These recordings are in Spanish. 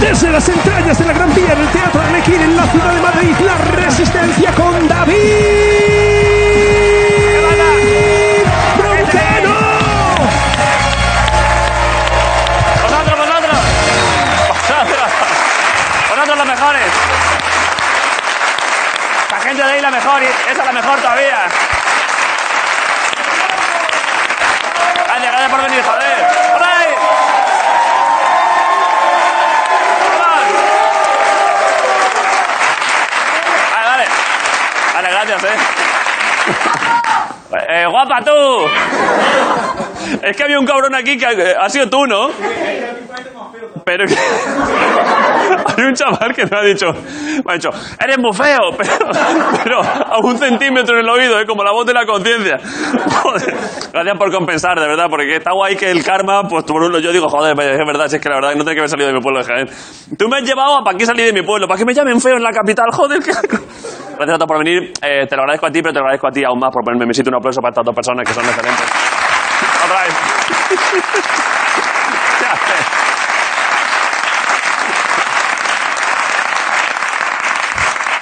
desde las entrañas de la Gran Vía, en el Teatro Arlequín, en la ciudad de Madrid, la resistencia con David Broncano. ¡Vosotros, vosotros! ¡Vosotros! ¡Vosotros los mejores! eh. La gente de ahí la mejor, y esa es la mejor todavía. Gracias, gracias por venir, joder. ¡Por ahí! ¡Vamos! Vale, vale. Vale, gracias, eh. Eh, guapa tú. Es que había un cabrón aquí que ha, ha sido tú, ¿no? Pero que- hay un chaval que me ha dicho, me ha dicho, eres muy feo, pero, pero a un centímetro en el oído, ¿eh? como la voz de la conciencia. Joder, gracias por compensar, de verdad, porque está guay que el karma, pues por uno, yo digo, joder, es verdad, si es que la verdad no tenía que haber salido de mi pueblo de Jaén. Tú me has llevado a para qué salir de mi pueblo, para que me llamen feo en la capital, joder. que- Gracias a todos por venir, Eh, te lo agradezco a ti, pero te lo agradezco a ti aún más por ponerme en mi sitio un aplauso para estas dos personas que son excelentes. All right.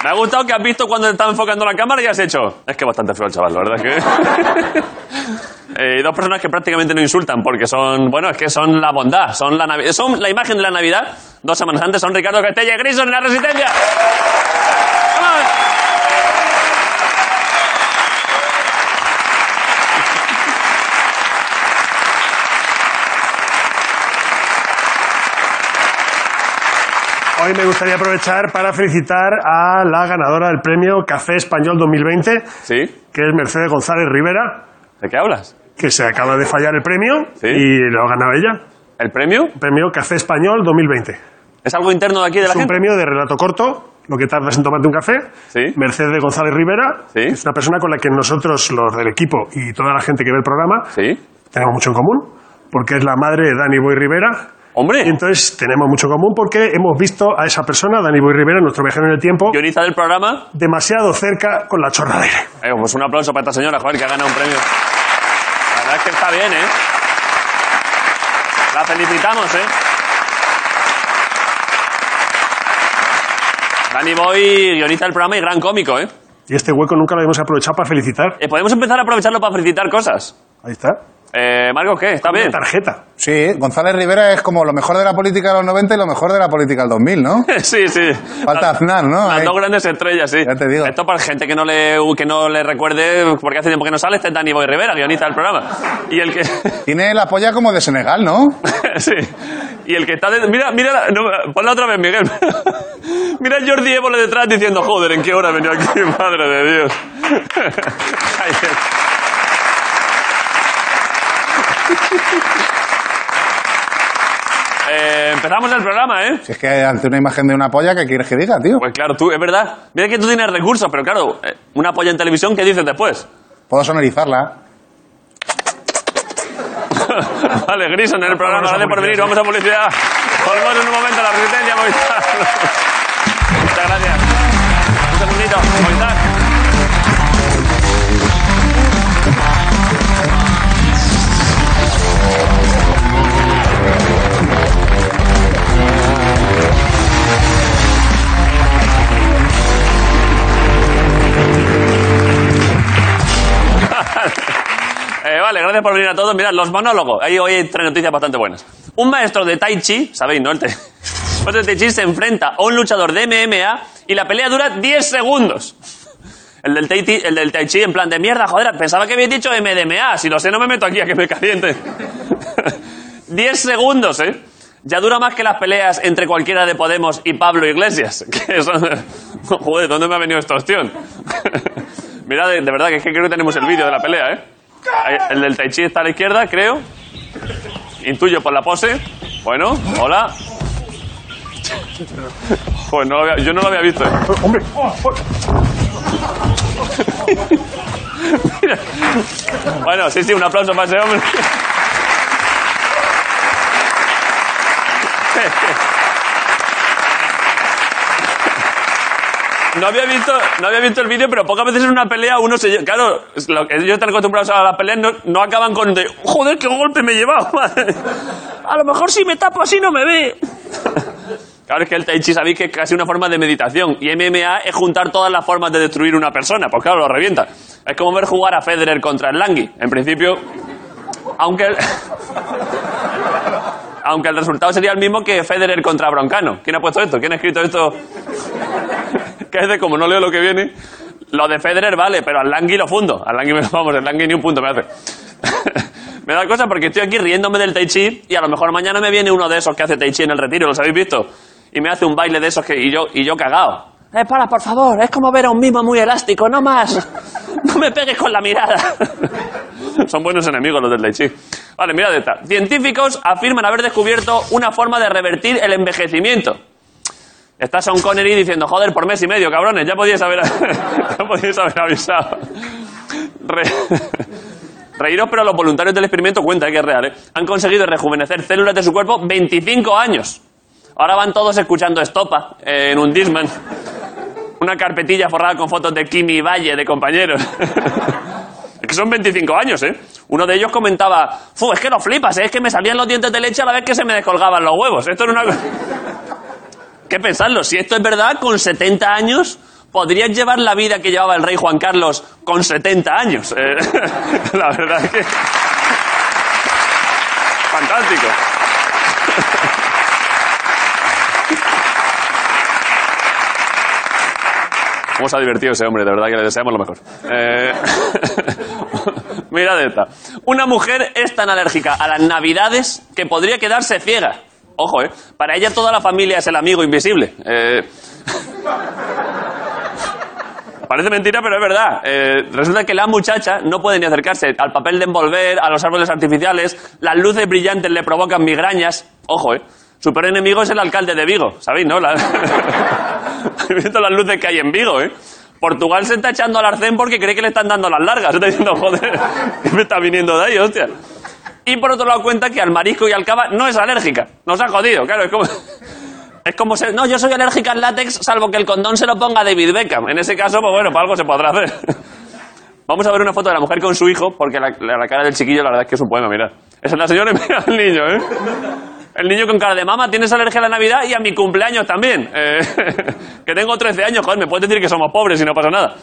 Me ha gustado que has visto cuando te estaba enfocando la cámara y has hecho. Es que bastante feo el chaval, la verdad es que. Eh, y dos personas que prácticamente no insultan porque son, bueno, es que son la bondad, son la, Navi- son la imagen de la Navidad. Dos semanas antes son Ricardo Castella y Grison en la Resistencia. ¡Vamos! Hoy me gustaría aprovechar para felicitar a la ganadora del premio Café Español 2020, ¿Sí? que es Mercedes González Rivera, ¿De qué hablas? que se acaba de fallar el premio Sí. y lo ha ganado ella. ¿El premio? Premio Café Español 2020. ¿Es algo interno de aquí de la Es un gente? premio de relato corto, lo que tardas en tomarte un café. Sí. Mercedes González Rivera Sí. es una persona con la que nosotros, los del equipo y toda la gente que ve el programa, Sí. tenemos mucho en común, porque es la madre de Dani Boy Rivera. Hombre, Y entonces tenemos mucho en común porque hemos visto a esa persona, Dani Boy Rivera, nuestro viajero en el tiempo, guionista del programa. demasiado cerca con la chorra de aire. Eh, pues un aplauso para esta señora, joder, que ha ganado un premio. La verdad es que está bien, ¿eh? La felicitamos, ¿eh? Danny Boy, guionista del programa y gran cómico, ¿eh? Y este hueco nunca lo habíamos aprovechado para felicitar. Eh, Podemos empezar a aprovecharlo para felicitar cosas. Ahí está. Eh, Marco, ¿qué? ¿Está bien? Una tarjeta. Sí, González Rivera es como lo mejor de la política de los 90 y lo mejor de la política del 2000, ¿no? Sí, sí. Falta Las- Aznar, ¿no? Eh, Las Ahí. dos grandes estrellas, sí. Ya te digo. Esto para gente que no le, que no le recuerde, porque hace tiempo que no sale, este es Danny Boy Rivera, guionista del programa. Y el que... Tiene la polla como de Senegal, ¿no? sí. Y el que está de- Mira, mira... la- no, ponla otra vez, Miguel. mira a Jordi Évole detrás diciendo, joder, ¿en qué hora he venido aquí? Madre de Dios. Ahí es. Eh, empezamos el programa, ¿eh? Si es que ante una imagen de una polla, ¿qué quieres que diga, tío? Pues claro, tú, es verdad. Mira que tú tienes recursos, pero claro, eh, una polla en televisión, ¿qué dices después? Puedo sonorizarla. vale, Grison en el programa, Vámonos a gracias por venir, publicidad, vamos a publicidad. Volvemos en un momento a la resistencia, Movistar. Muchas gracias. Un segundito, Movistar. Eh, vale, gracias por venir a todos. Mirad, los monólogos. Ahí hoy hay tres noticias bastante buenas. Un maestro de Tai Chi, sabéis, ¿no? El te- maestro de Tai Chi se enfrenta a un luchador de MMA y la pelea dura 10 segundos. El del, tai Chi, el del Tai Chi en plan de mierda, joder, pensaba que había dicho MDMA. Si lo sé, no me meto aquí a que me caliente. 10 segundos, ¿eh? Ya dura más que las peleas entre cualquiera de Podemos y Pablo Iglesias. Que son... Joder, ¿dónde me ha venido esta opción? Mira, de, de verdad que es que creo que tenemos el vídeo de la pelea, ¿eh? Ahí, El del Tai Chi está a la izquierda, creo. Intuyo por la pose. Bueno, hola. Pues no lo había- yo no lo había visto, ¿eh? Hombre, Bueno, sí, sí, un aplauso para ese hombre. No había, visto, no había visto el vídeo, pero pocas veces en una pelea uno se... lle- Claro, es lo que ellos están acostumbrados a las peleas, no, no acaban con de... Joder, qué golpe me he llevado. madre". A lo mejor si me tapo así no me ve. Claro, es que el Tai Chi sabéis que es casi una forma de meditación. Y MMA es juntar todas las formas de destruir una persona. Pues claro, lo revienta. Es como ver jugar a Federer contra el Langui. En principio, aunque el, aunque el resultado sería el mismo que Federer contra Broncano. ¿Quién ha puesto esto? ¿Quién ha escrito esto? que es de como no leo lo que viene. Lo de Federer vale, pero al Langui lo fundo. Al Langui me lo vamos, al Langui ni un punto me hace. me da cosa porque estoy aquí riéndome del Tai Chi y a lo mejor mañana me viene uno de esos que hace Tai Chi en el retiro, ¿los habéis visto? Y me hace un baile de esos que, y, yo, y yo cagao. Eh, para, por favor, es como ver a un mimo muy elástico, no más. No me pegues con la mirada. Son buenos enemigos los del Tai Chi. Vale, mirad esta. Científicos afirman haber descubierto una forma de revertir el envejecimiento. Está Sean Connery diciendo, joder, por mes y medio, cabrones, ya podíais haber, ya podíais haber avisado. Re- Reíros, pero los voluntarios del experimento, cuenta eh, que es real, ¿eh? han conseguido rejuvenecer células de su cuerpo 25 años. Ahora van todos escuchando estopa eh, en un Disman. Una carpetilla forrada con fotos de Kimi Valle, de compañeros. Es que son 25 años, ¿eh? Uno de ellos comentaba, "Fu, es que no flipas, ¿eh? es que me salían los dientes de leche a la vez que se me descolgaban los huevos. Esto era una... co- que pensarlo. Si esto es verdad, con 70 años podrías llevar la vida que llevaba el rey Juan Carlos con 70 años. Eh, la verdad es que... Fantástico. ¿Cómo se ha divertido ese hombre? De verdad que le deseamos lo mejor. Eh, Mirad esta. Una mujer es tan alérgica a las navidades que podría quedarse ciega. Ojo, ¿eh? Para ella toda la familia es el amigo invisible. Eh, Parece mentira, pero es verdad. Eh, resulta que la muchacha no puede ni acercarse al papel de envolver, a los árboles artificiales, las luces brillantes le provocan migrañas. Ojo, ¿eh? Su peor enemigo es el alcalde de Vigo, ¿sabéis, no? La- He visto las luces que hay en Vigo, ¿eh? Portugal se está echando al arcén porque cree que le están dando las largas. Está diciendo, joder, ¿qué me está viniendo de ahí, hostia? Y por otro lado cuenta que al marisco y al cava no es alérgica. Nos ha jodido, claro, es como... Es como ser, no, yo soy alérgica al látex, salvo que el condón se lo ponga David Beckham. En ese caso, pues bueno, para algo se podrá hacer. Vamos a ver una foto de la mujer con su hijo, porque la, la- la cara del chiquillo, la verdad es que es un poema, mirad. Esa es la señora y mira al niño, ¿eh? El niño con cara de mamá, tienes alergia a la Navidad y a mi cumpleaños también. Eh, que tengo 13 años, joder, me puedes decir que somos pobres y no pasa nada.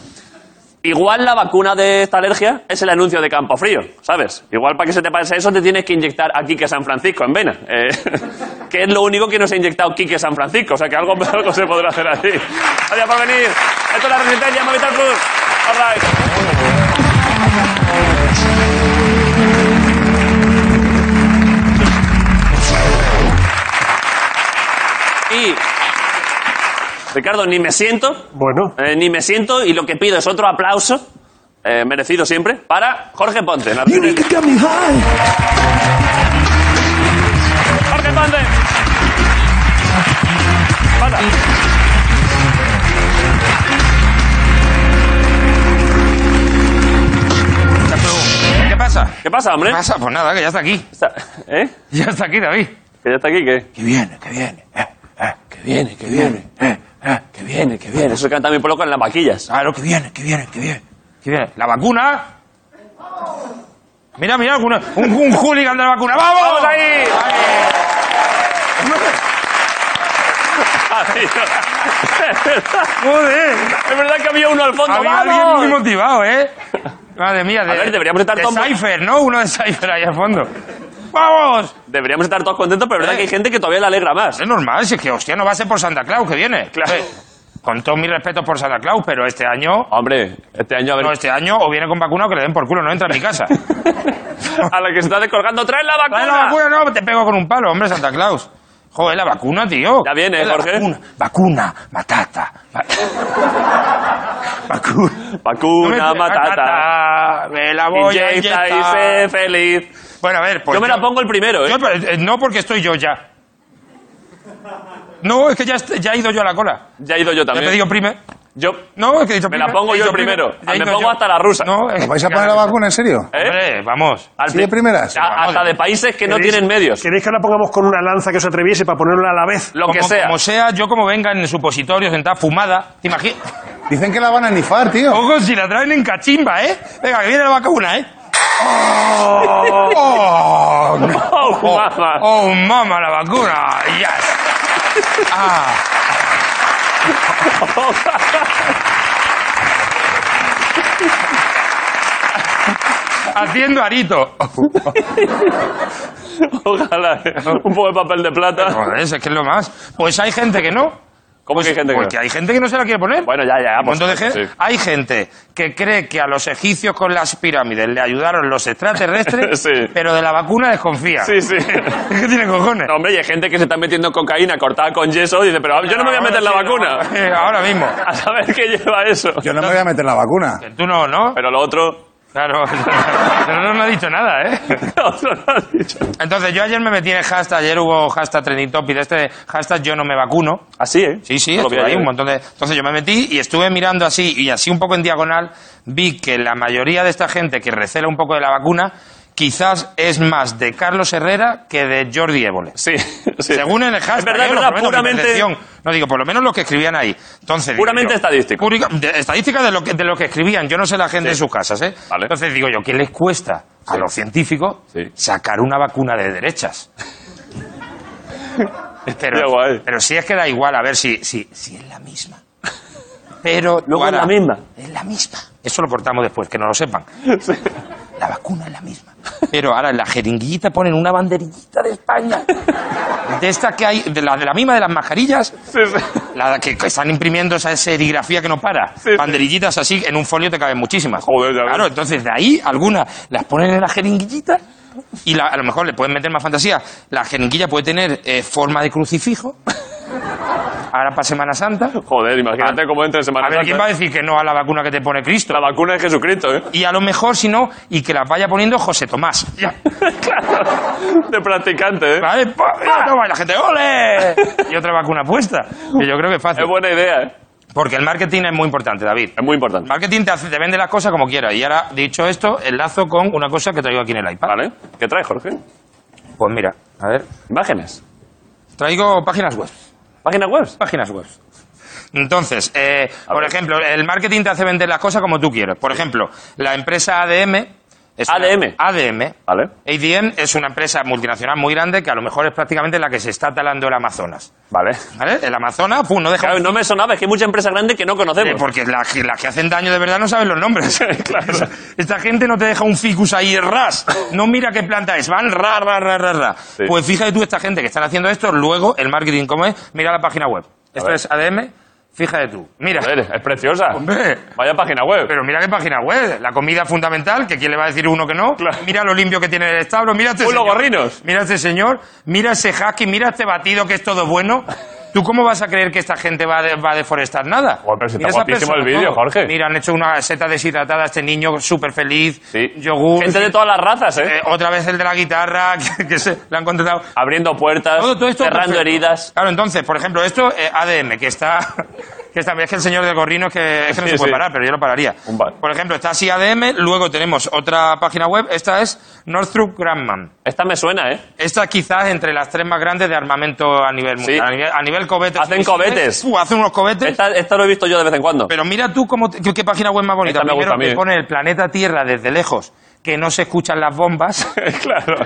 Igual la vacuna de esta alergia es el anuncio de Campo Frío, ¿sabes? Igual para que se te pase eso te tienes que inyectar a Quique San Francisco en vena. eh, que es lo único que nos ha inyectado Quique San Francisco. O sea que algo, algo se podrá hacer así. Gracias por venir. Esto es La Resistencia, Movistar Plus. All right. Y... Ricardo, ni me siento, Bueno, eh, ni me siento y lo que pido es otro aplauso, eh, merecido siempre, para Jorge Ponte. en la You need to primera- get me high. Jorge Ponte. Pasa. ¿Qué pasa? ¿Qué pasa, hombre? ¿Qué pasa? Pues nada, que ya está aquí. Está- ¿Eh? Ya está aquí, David. ¿Que ya está aquí? ¿Qué? Que viene, que viene. eh, eh, que viene, que viene. eh, eh, que viene, que viene. Eso canta mi pueblo con las vaquillas. Claro, que viene, que viene, que viene. Que viene. La vacuna. Mira, mira, alguna- un, un hooligan de la vacuna. ¡Vamos! ¡Vamos ahí! Ah. ¡Joder! es verdad que había uno al fondo. Había ¡Vamos! alguien muy motivado, ¿eh? Madre mía, de, A ver, deberíamos estar de todos- Cypher, ¿no? Uno de Cypher ahí al fondo. ¡Vamos! Deberíamos estar todos contentos, pero es verdad Eh. que hay gente que todavía le alegra más. Es normal, si es que, hostia, no va a ser por Santa Claus que viene. Claro. Eh, Con todo mi respeto por Santa Claus, pero este año... Hombre, este año a ver... No, este año o viene con vacuna o que le den por culo, no entra en mi casa. a la que se está descolgando, ¡trae la vacuna! Dale la vacuna, no, te pego con un palo, hombre, Santa Claus. Joder, la vacuna, tío. Ya viene, Es la Jorge. Vacuna, vacuna, matata. Va- vacuna. Vacuna, No me- matata. Me la voy a Inyecta y inyectar. sé feliz. Bueno, a ver, pues Yo me la pongo el primero, ¿eh? yo, pero, eh, no, porque estoy yo ya. No, es que ya, est- ya he ido yo a la cola. Ya he ido yo Ya también. te digo primero. Yo. No, es que he dicho Me la primer- pongo he yo dicho primero. primer- ya he Me ido pongo hasta la rusa. No, ¿Os es- vais a poner la vacuna en serio? ¿Eh? Hombre, vamos. Al ¿Sí de pri- primeras? a- hasta de países que no tienen medios. ¿Queréis que la pongamos con una lanza que os atraviese para ponerla a la vez? Lo que Como- sea. Como sea, yo como venga en el supositorio sentada fumada. ¿Te imaginas? Dicen que la van a nifar, tío. Oh, Ojo, si la traen en cachimba, ¿eh? Venga, que viene la vacuna, ¿eh? ¡Oh! Oh, ¡Oh! mamá. ¡Oh, mamá, la vacuna! ¡Yes! Haciendo arito. Ojalá. Un poco de papel de plata. Joder, es que es lo más. Pues hay gente que no. ¿Cómo que hay gente que no? Pues, Porque hay gente que no se la quiere poner. Bueno, ya, ya, Hay un por montón de supuesto, gente- Ah, pues sí. Hay gente que cree que a los egipcios con las pirámides le ayudaron los extraterrestres, Sí. pero de la vacuna desconfía. Sí, sí. Es que tiene cojones. No, hombre, y hay gente que se está metiendo cocaína cortada con yeso y dice, pero yo no me voy a meter la Ahora sí, vacuna. no. eh, Ahora mismo. A saber qué lleva eso. Yo no me voy a meter la vacuna. Eh. Que Tú no, ¿no? Pero lo otro... Claro. Pero no nos ha dicho nada, ¿eh? No, no lo has dicho. Entonces, yo ayer me metí en el hashtag, ayer hubo hashtag trending topic de este hashtag yo no me vacuno. Así, ¿eh? Sí, sí, No lo estuve vi ahí ayer. un montón de... Entonces yo me metí y estuve mirando así, y así un poco en diagonal, vi que la mayoría de esta gente que recela un poco de la vacuna, quizás es más de Carlos Herrera que de Jordi Évole. Sí, sí. Según el hashtag, Es verdad, ¿eh? es Lo verdad, prometo, mi puramente... percepción. No digo, por lo menos los que escribían ahí. Entonces, digo Puramente estadístico. púrica- de- estadística de lo, que, de lo que escribían. Yo no sé la gente de sus casas, ¿eh? Vale. Entonces digo yo, ¿qué les cuesta a los científicos Sí. sacar una vacuna de derechas? Qué pero, guay. pero si es que da igual, a ver si, si, si es la misma. Pero. Luego es Juana, la misma. Es la misma. Eso lo cortamos después, que no lo sepan. La vacuna es la misma. Pero ahora en la jeringuillita ponen una banderillita de España. De esta que hay, de la, de la misma de las mascarillas. Sí, sí. La que, que están imprimiendo esa serigrafía que no para. sí. Banderillitas así, en un folio te caben muchísimas. Joder, ya ves. claro, entonces de ahí algunas las ponen en la jeringuillita y la- a lo mejor le pueden meter más fantasía. La jeringuilla puede tener eh, forma de crucifijo. Ahora para Semana Santa. Joder, imagínate Ah. cómo entra en Semana A ver, Santa, ¿quién ¿eh? va a decir que no a la vacuna que te pone Cristo? La vacuna de Jesucristo, ¿eh? Y a lo mejor, si no, y que las vaya poniendo José Tomás. Ya. claro. De practicante, ¿eh? ¿Vale? Pa, ya, toma, y la gente, ¡ole! Y otra vacuna puesta. Que yo creo que es fácil. Es buena idea, ¿eh? Porque el marketing es muy importante, David. Es muy El importante. marketing te, hace- te vende las cosas como quieras. Y ahora, dicho esto, enlazo con una cosa que traigo aquí en el iPad. ¿Vale? ¿Qué trae, Jorge? Pues mira, a ver. Imágenes. Traigo páginas web. Página web. Páginas web. Entonces, eh, A por ver. ejemplo, el marketing te hace vender las cosas como tú quieres. Por ejemplo, la empresa ADM. es una- ADM. ADM. Vale. ADM es una empresa multinacional muy grande que a lo mejor es prácticamente la que se está talando el Amazonas. Vale. ¿Vale? El Amazonas, pum, no deja. Claro, no me sonaba, es que hay mucha empresa grande que no Eh, conocemos. porque las que- las que hacen daño de verdad no saben los nombres. Claro. Esa- Esta gente no te deja un ficus ahí, ras. No mira qué planta es, van ra, ra, ra, ra, ra. Sí. Pues fíjate tú, esta gente que están haciendo esto, luego el marketing, ¿cómo es? Mira la página web. Esto ver. es ADM, fíjate tú. Mira. Joder, es preciosa. Hombre. Vaya página web. Pero mira qué página web, la comida fundamental, que quién le va a decir uno que no. Claro. Mira lo limpio que tiene el establo, mira este Uy, los señor. gorrinos. Mira este señor, mira ese hacking, mira este batido que es todo bueno. ¿Tú cómo vas a creer que esta gente va, a de- va a deforestar nada? Joder, pero si Mira está esa guapísimo persona, el vídeo, todo. Jorge. Mira, han hecho una seta deshidratada, este niño súper feliz, Sí. yogur. Gente de todas las razas, ¿eh? eh, otra vez el de la guitarra, que, que se le han contratado. Abriendo puertas, Todo- todo esto cerrando perfecto. heridas. Claro, entonces, por ejemplo, esto, eh, ADM, que está. Que está, es que el señor del gorrino es que, es que no Sí, se puede sí. parar, pero yo lo pararía. Un bar. Por ejemplo, está así ADM, luego tenemos otra página web, esta es Northrop Grumman. Esta me suena, ¿eh? Esta quizás entre las tres más grandes de armamento a nivel Sí. mundial. A nivel, a nivel cohetes. Hacen cohetes. Uh, hacen unos cohetes. Esta, esta lo he visto yo de vez en cuando. Pero mira tú cómo te- qué, qué página web más bonita. Esta me Primero gusta a mí, te eh. pone el planeta Tierra desde lejos, que no se escuchan las bombas. claro.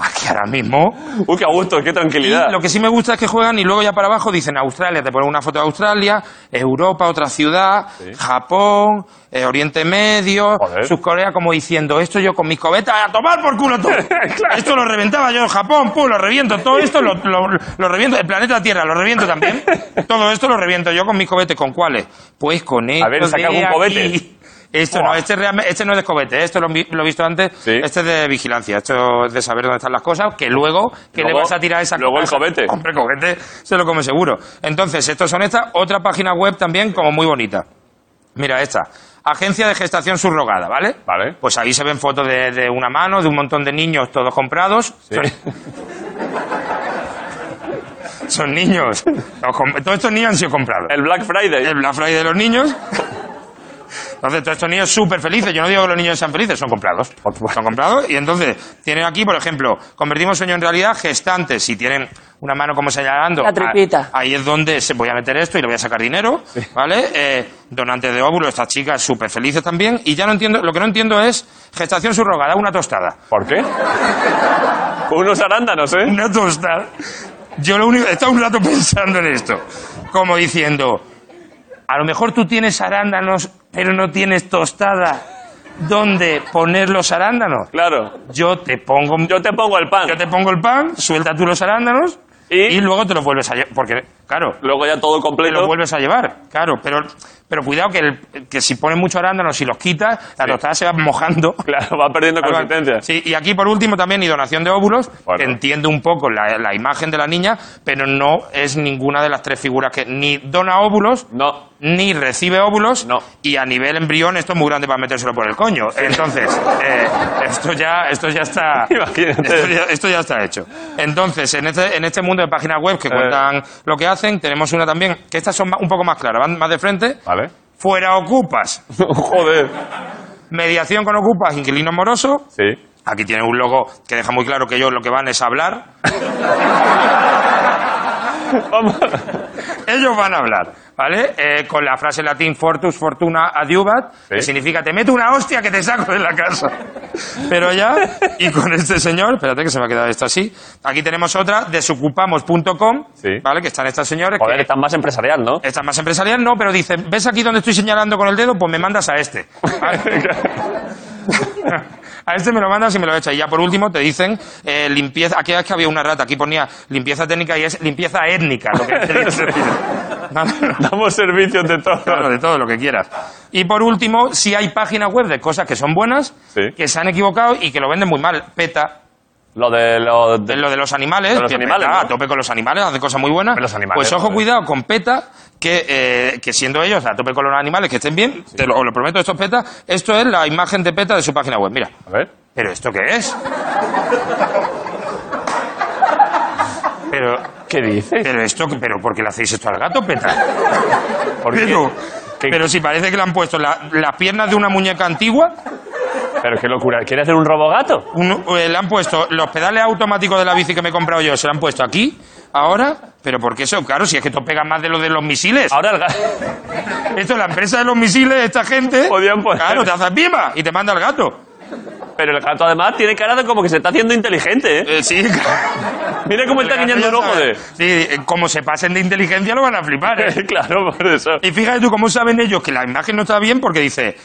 Aquí ahora mismo. Uy, qué gusto, qué Y tranquilidad. lo que sí me gusta es que juegan y luego ya para abajo dicen Australia, te ponen una foto de Australia, Europa, otra ciudad, Japón, eh, Oriente Medio, Joder. Subcorea, como diciendo, esto yo con mis cobetas, a tomar por culo todo. Claro. Esto lo reventaba yo en Japón, pum, lo reviento, todo esto lo, lo- lo reviento, el planeta Tierra lo reviento también. todo esto lo reviento yo con mis cobetes, ¿con cuáles? Pues con esto. ver, saca algún cobete. Esto no, Buah. este, realme- este no es de escobete, esto lo, vi- lo he visto antes, Sí. este es de vigilancia, esto es de saber dónde están las cosas, que luego que Luego- le vas a tirar esa luego el esa- cohete. Hombre, cohete se lo come seguro. Entonces, estos son estas, otra página web también como muy bonita. Mira esta. Agencia de gestación subrogada, ¿vale? Vale. Pues ahí se ven fotos de, de una mano, de un montón de niños todos comprados. Son, son niños. Los com- Todos estos niños han sido comprados. El Black Friday. El Black Friday de los niños. Entonces, todos estos niños súper felices. Yo no digo que los niños sean felices, son comprados. Son comprados. Y entonces, tienen aquí, por ejemplo, convertimos sueño en realidad, gestantes. Si tienen una mano como señalando. La tripita. a- Ahí es donde se voy a meter esto y le voy a sacar dinero. ¿Vale? Eh, donantes de óvulos, estas chicas súper felices también. Y ya no entiendo, lo que no entiendo es gestación subrogada, una tostada. ¿Por qué? Con unos arándanos, ¿eh? Una tostada. Yo lo único, he estado un rato pensando en esto, como diciendo, a lo mejor tú tienes arándanos, pero no tienes tostada. ¿Dónde poner los arándanos? Claro. Yo te pongo, Yo te pongo el pan. yo te pongo el pan, suelta tú los arándanos Y- y, luego te los vuelves a llevar. Porque, claro, Luego ya todo te los completo. vuelves a llevar, claro, pero, pero cuidado que, el- que si pones mucho arándano, si los quitas, la Sí. tostada se va mojando. Claro, va perdiendo Claro, consistencia. Sí, y aquí por último también y donación de óvulos, Bueno. que entiendo un poco la, la imagen de la niña, pero no es ninguna de las tres figuras que ni dona óvulos, No. ni recibe óvulos, No. y a nivel embrión esto es muy grande para metérselo por el coño. Entonces, eh, esto, ya, esto ya está. Imagínate. Esto ya, esto ya está hecho. Entonces, en este, en este mundo de páginas web Eh. que cuentan lo que hacen, tenemos una también, que estas son más- un poco más claras, van más de frente. Vale. Fuera ocupas. Joder. Mediación con ocupas, inquilino moroso. Sí. Aquí tiene un logo que deja muy claro que ellos lo que van es a hablar. Vamos. Ellos van a hablar, ¿vale? Eh, con la frase en latín fortus fortuna adiuvat, que Sí. significa te meto una hostia que te saco de la casa. Pero ya, y con este señor, espérate que se me ha quedado esto así. Aquí tenemos otra, desocupamos.com, Sí. ¿vale? Que están estas señores. Joder, que Eh, están más empresarial, ¿no? Estas más empresariales no, pero dicen, ¿ves aquí donde estoy señalando con el dedo? Pues me mandas a este. A este me lo mandas y me lo echas. Y ya por último te dicen eh, limpieza. Aquí es que había una rata, aquí ponía limpieza técnica y es limpieza étnica. Lo que quieres decir. Vale. Damos servicios de todo. Claro, de todo lo que quieras. Y por último, si hay páginas web de cosas que son buenas, Sí. que se han equivocado y que lo venden muy mal. PETA, Lo de los... Pues de lo de los animales, De los que animales, PETA, ¿no? a tope con los animales, hace cosas muy buenas. Pero los animales, pues ojo, joder. cuidado con PETA, que, eh, que siendo ellos a tope con los animales, que estén bien, te lo, os lo prometo, esto es PETA, esto es la imagen de PETA de su página web. Mira, A ver. ¿pero esto qué es? Pero, ¿Qué dices? pero esto, pero ¿por qué le hacéis esto al gato, PETA? ¿Por qué? Pero, ¿Qué- pero si parece que le han puesto la- las piernas de una muñeca antigua, Pero qué locura. ¿Quiere hacer un robogato? un- eh, le han puesto los pedales automáticos de la bici que me he comprado yo, se lo han puesto aquí, ahora, pero ¿por qué eso? Claro, si es que esto pega más de lo de los misiles. Ahora el gato... Esto es la empresa de los misiles, esta gente. Podían poner- Claro, te haces viva y te manda el gato. Pero el gato además tiene cara de como que se está haciendo inteligente, ¿eh? Eh, sí, Mira cómo está guiñando un ojo de... Sí, eh, como se pasen de inteligencia lo van a flipar. ¿eh? claro, por eso. Y fíjate tú cómo saben ellos que la imagen no está bien porque dice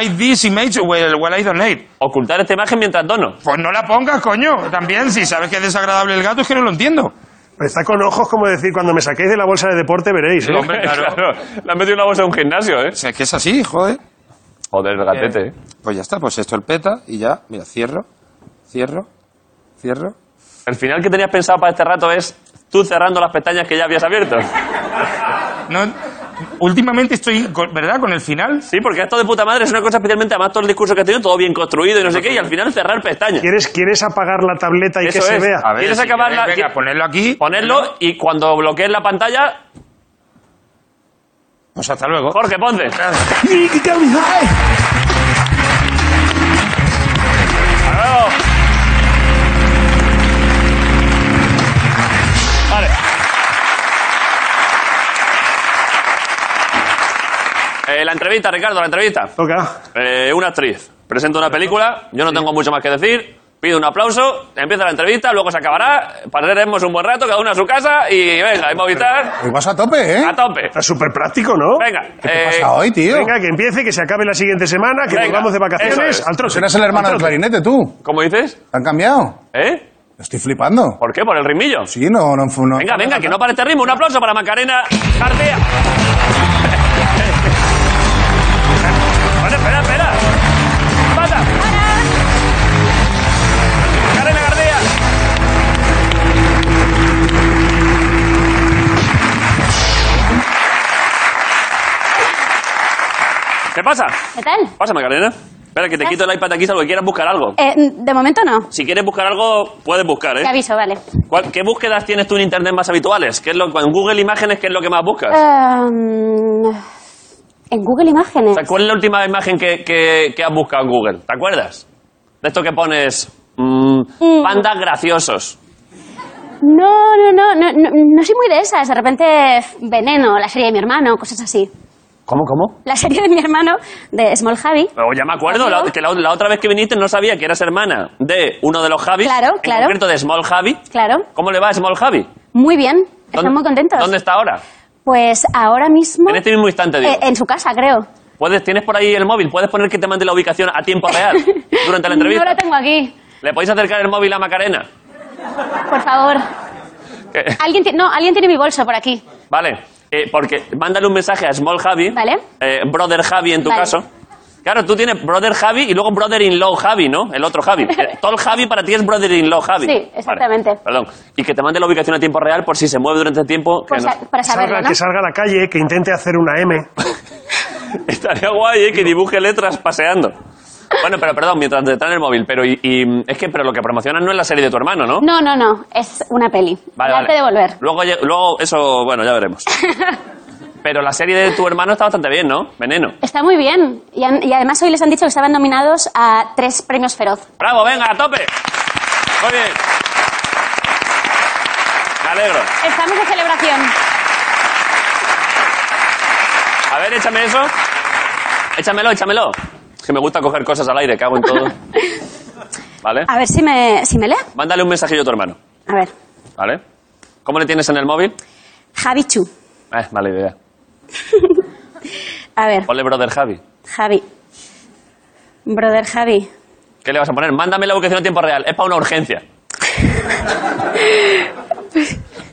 hide this image well, well I donate. Ocultar esta imagen mientras dono. Pues no la pongas, coño. También, si sabes que es desagradable el gato, es que no lo entiendo. Pero Pues está con ojos como decir, cuando me saquéis de la bolsa de deporte veréis. ¿eh? Hombre, claro. Le han metido una bolsa a un gimnasio, ¿eh? O sea, que es así, joder. Joder, el gatete. ¿eh? Pues ya está, pues esto el peta y ya, mira, cierro, cierro, cierro. El final que tenías pensado para este rato es tú cerrando las pestañas que ya habías abierto. No, últimamente estoy, con- ¿verdad? Con el final. Sí, porque esto de puta madre es una cosa especialmente, además todo el discurso que has tenido, todo bien construido y no sé qué, y al final cerrar pestañas. ¿Quieres, ¿Quieres apagar la tableta y Eso que se es. vea? A ver, ¿Quieres si acabar queréis, la- venga, ponerlo aquí. Ponerlo y cuando bloquees la pantalla, Pues hasta luego. Jorge Ponce. Vale. Eh, la entrevista, Ricardo, la entrevista. Toca. Eh, una actriz. Presenta una película, yo no tengo mucho más que decir. Pido un aplauso, empieza la entrevista, luego se acabará, pasaremos un buen rato, cada uno a su casa y venga, hay Movistar Hoy vas a tope, ¿eh? a tope. Está súper práctico, ¿no? Venga, ¿Qué te Ah, eh, pasa hoy, tío? Venga, que empiece, que se acabe la siguiente semana, que Venga, volvamos de vacaciones. eso es. Al trote. Eres el hermano Al del trote. clarinete, tú. ¿cómo dices? ¿Te han cambiado? ¿Eh? Estoy flipando. ¿Por qué? ¿Por el ritmillo? Sí, no, no, no. Venga, venga, que no para este ritmo. Un aplauso para Macarena García. Bueno, espera, espera. Pata. Macarena García. ¿Qué pasa? ¿Qué tal? Pasa, Macarena. Espera, que te quito el iPad de aquí salvo que quieras buscar algo. Eh, de momento no. Si quieres buscar algo, puedes buscar, ¿eh? Te aviso, vale. ¿Cuál- ¿Qué búsquedas tienes tú en internet más habituales? ¿Qué es lo, en Google Imágenes, ¿qué es lo que más buscas? Em, en Google O Imágenes. sea, ¿Cuál es la última imagen que, que- que has buscado en Google? ¿Te acuerdas? De esto que pones. mm, Mm. pandas graciosos. No, no, no, no, no, no soy muy de esas. De repente, Veneno, la serie de mi hermano, cosas así. ¿Cómo, cómo? La serie de mi hermano, de Small Javi. ya me acuerdo, la, que la, la otra vez que viniste no sabía que eras hermana de uno de los Javis. Claro, en claro. concreto de Small Javi. Claro. ¿Cómo le va a Small Javi? Muy bien, están ¿Dónde- muy contentos. ¿Dónde está ahora? Pues ahora mismo... En este mismo instante, digo. eh, en su casa, creo. ¿Puedes, ¿Tienes por ahí el móvil? ¿Puedes poner que te mande la ubicación a tiempo real durante la entrevista? No lo tengo aquí, ¿Le podéis acercar el móvil a Macarena? por favor. Que- Alguien ti- no, alguien tiene mi bolso por aquí. Vale, eh, porque mándale un mensaje a Small Javi, Vale. eh, Brother Javi en tu Vale. caso. Claro, tú tienes Brother Javi y luego Brother in Law Javi, ¿no? El otro Javi. Eh, Todo el Javi para ti es Brother in Law Javi. Sí, exactamente. Vale, Perdón. Y que te mande la ubicación a tiempo real por si se mueve durante el tiempo. que por no- sa- para Que salga, saberlo, ¿no? que salga a la calle, que intente hacer una M. Estaría guay, ¿eh? Que dibuje letras paseando. Bueno, pero perdón, mientras te traen el móvil. Pero y, y, es que pero lo que promocionas no es la serie de tu hermano, ¿no? No, no, no, es una peli. Vale, El vale. arte de volver. Luego, lle- luego eso, bueno, ya veremos. Pero la serie de tu hermano está bastante bien, ¿no? Veneno. Está muy bien. Y, an- y además hoy les han dicho que estaban nominados a tres premios feroz. ¡Bravo, venga, a tope! Muy bien. Me alegro. Estamos de celebración. A ver, échame eso. Échamelo, échamelo. Es que me gusta coger cosas al aire, cago en todo. ¿Vale? A ver si me, si me lee. Mándale un mensajillo a tu hermano, A ver. ¿vale? ¿Cómo le tienes en el móvil? Javi Chu. Eh, mala idea. A ver, Ponle brother Javi. Javi. Brother Javi. ¿Qué le vas a poner? Mándame la ubicación a tiempo real. Es para una urgencia.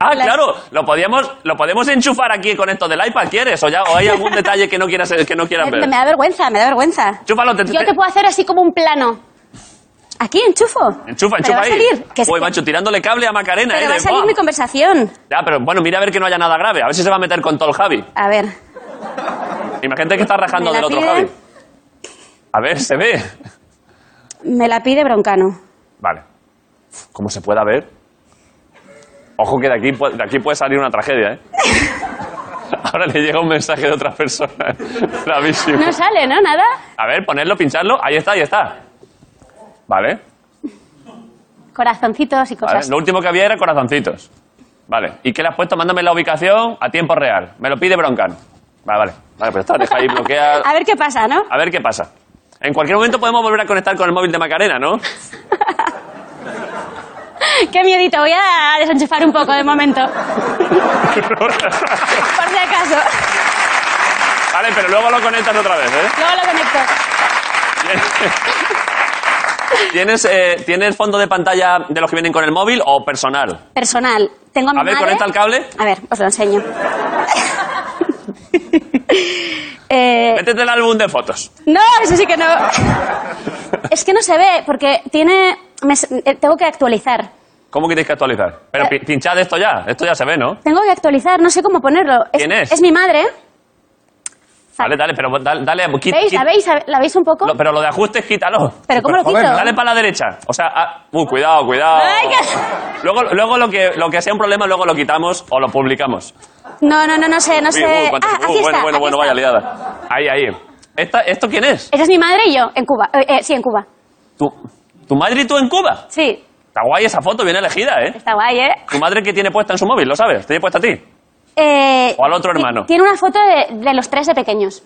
Ah, La- claro, lo podíamos, lo podemos enchufar aquí con esto del iPad, ¿quieres? O, ya, o hay algún detalle que no quieras, que no quieras Me, ver. me da vergüenza, me da vergüenza. Chúpalo, te- Yo te- te puedo hacer así como un plano. Aquí, enchufo. Enchufa, Pero enchufa va a ahí. salir. Que se- Uy, macho, tirándole cable a Macarena, Pero eh, va a de- salir ¡buah! mi conversación. Ya, pero bueno, mira a ver que no haya nada grave. A ver si se va a meter con todo el Javi. A ver. Imagínate que está rajando Me del la otro pide. Javi. A ver, se ve. Me la pide Broncano. Vale. Como se pueda ver. Ojo que de aquí, pu- de aquí puede salir una tragedia, ¿eh? Ahora le llega un mensaje de otra persona. Gravísimo. No sale, ¿no? Nada. A ver, ponerlo, pincharlo. Ahí está, ahí está. Vale. Corazoncitos y Vale, cosas. Lo último que había era corazoncitos. Vale. ¿Y qué le has puesto? Mándame la ubicación a tiempo real. Me lo pide Broncano. Vale, vale. Vale, pero está, deja ahí, bloquea. A ver qué pasa, ¿no? A ver qué pasa. En cualquier momento podemos volver a conectar con el móvil de Macarena, ¿no? Qué miedito, voy a desenchufar un poco de momento. Por si acaso. Vale, pero luego lo conectas otra vez, ¿eh? Luego lo conecto. ¿Tienes, eh, ¿Tienes fondo de pantalla de los que vienen con el móvil o personal? Personal. Tengo a mi A ver, madre. conecta el cable. A ver, os lo enseño. Eh, Métete el álbum de fotos. no, eso sí que no. Es que no se ve, porque tiene. me s- eh, tengo que actualizar. ¿Cómo que tienes que actualizar? Pero Eh. pi- pinchad esto ya. Esto ya se ve, ¿no? Tengo que actualizar, no sé cómo ponerlo. ¿Quién es? mi madre. Dale, dale, pero dale, dale a- quit- ¿Veis? quit- ¿La veis? ¿La veis un poco? lo- pero lo de ajustes, quítalo. ¿Pero cómo lo Joder, quito? Dale para la derecha. O sea, ah, uh, cuidado, cuidado. Ay, qué- Luego, luego lo, que, lo que sea un problema, luego lo quitamos o lo publicamos. No, no, no, no sé, no Uy, sé. uy, cuánto- ah, uh, aquí bueno, está. bueno, aquí bueno, está. vaya liada. Ahí, ahí. Esta, ¿Esto quién es? Esa es mi madre y yo, en Cuba. Eh, eh, sí, en Cuba. ¿Tu, tu madre y tú en Cuba? Sí, Está guay esa foto, bien elegida, ¿eh? está guay, ¿eh? ¿Tu madre qué tiene puesta en su móvil? ¿Lo sabes? ¿Te tiene puesta a ti? Eh, O al otro ti- hermano. Tiene una foto de, de los tres de pequeños.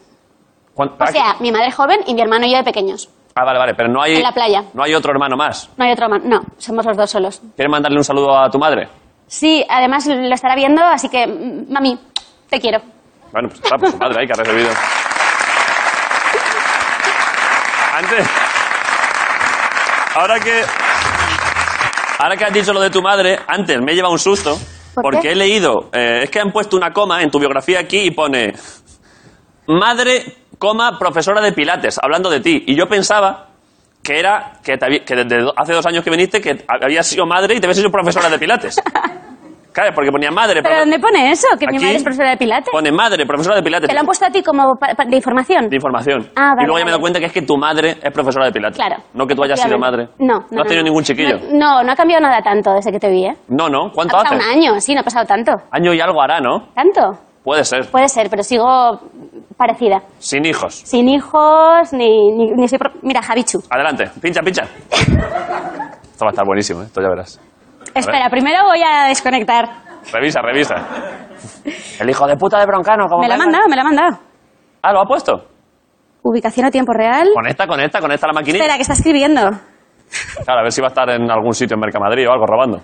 ¿Cuán- O ah, sea, mi madre joven y mi hermano y yo de pequeños. Ah, vale, vale, pero no hay... en la playa. No hay otro hermano más. No hay otro hermano. No, somos los dos solos. ¿Quieres mandarle un saludo a tu madre? Sí, además lo estará viendo, así que, mm, mami, te quiero. Bueno, pues está, pues su madre ahí que ha recibido. Antes. Ahora que. Ahora que has dicho lo de tu madre, antes me he llevado un susto. ¿Por porque qué? he leído. eh, es que han puesto una coma en tu biografía aquí y pone. Madre, coma, profesora de pilates, hablando de ti. Y yo pensaba que era. Que, te habí- que desde do- hace dos años que viniste, que habías sido madre y te habías sido profesora de pilates. Claro, porque ponía madre. ¿Pero profe- dónde pone eso? Que mi Aquí madre es profesora de pilates. Pone madre, profesora de pilates. ¿Te lo han puesto a ti como pa- pa- de información? de información. Ah, vale, y luego ya me vale. he dado cuenta que es que tu madre es profesora de pilates. Claro. No que tú hayas sido madre. Obviamente. No, no. No has tenido ningún chiquillo. No, no ha cambiado nada tanto desde que te vi, ¿eh? No, no. Ha ¿Cuánto hace? pasado un año, sí, no ha pasado tanto. Año y algo hará, ¿no? ¿Tanto? Puede ser. Puede ser, pero sigo parecida. Sin hijos. Sin hijos, ni, ni, ni soy... pro- Mira, Javichu. Adelante. Pincha, pincha. Esto va a estar buenísimo, ¿eh? esto ya verás. Espera, primero voy a desconectar. Revisa, revisa. El hijo de puta de Broncano. ¿cómo Me la ha venga? mandado, me la ha mandado. Ah, lo ha puesto. Ubicación a tiempo real. Conecta, conecta, conecta la maquinita. Espera, que está escribiendo. Claro, a ver si va a estar en algún sitio en Mercamadrid o algo robando.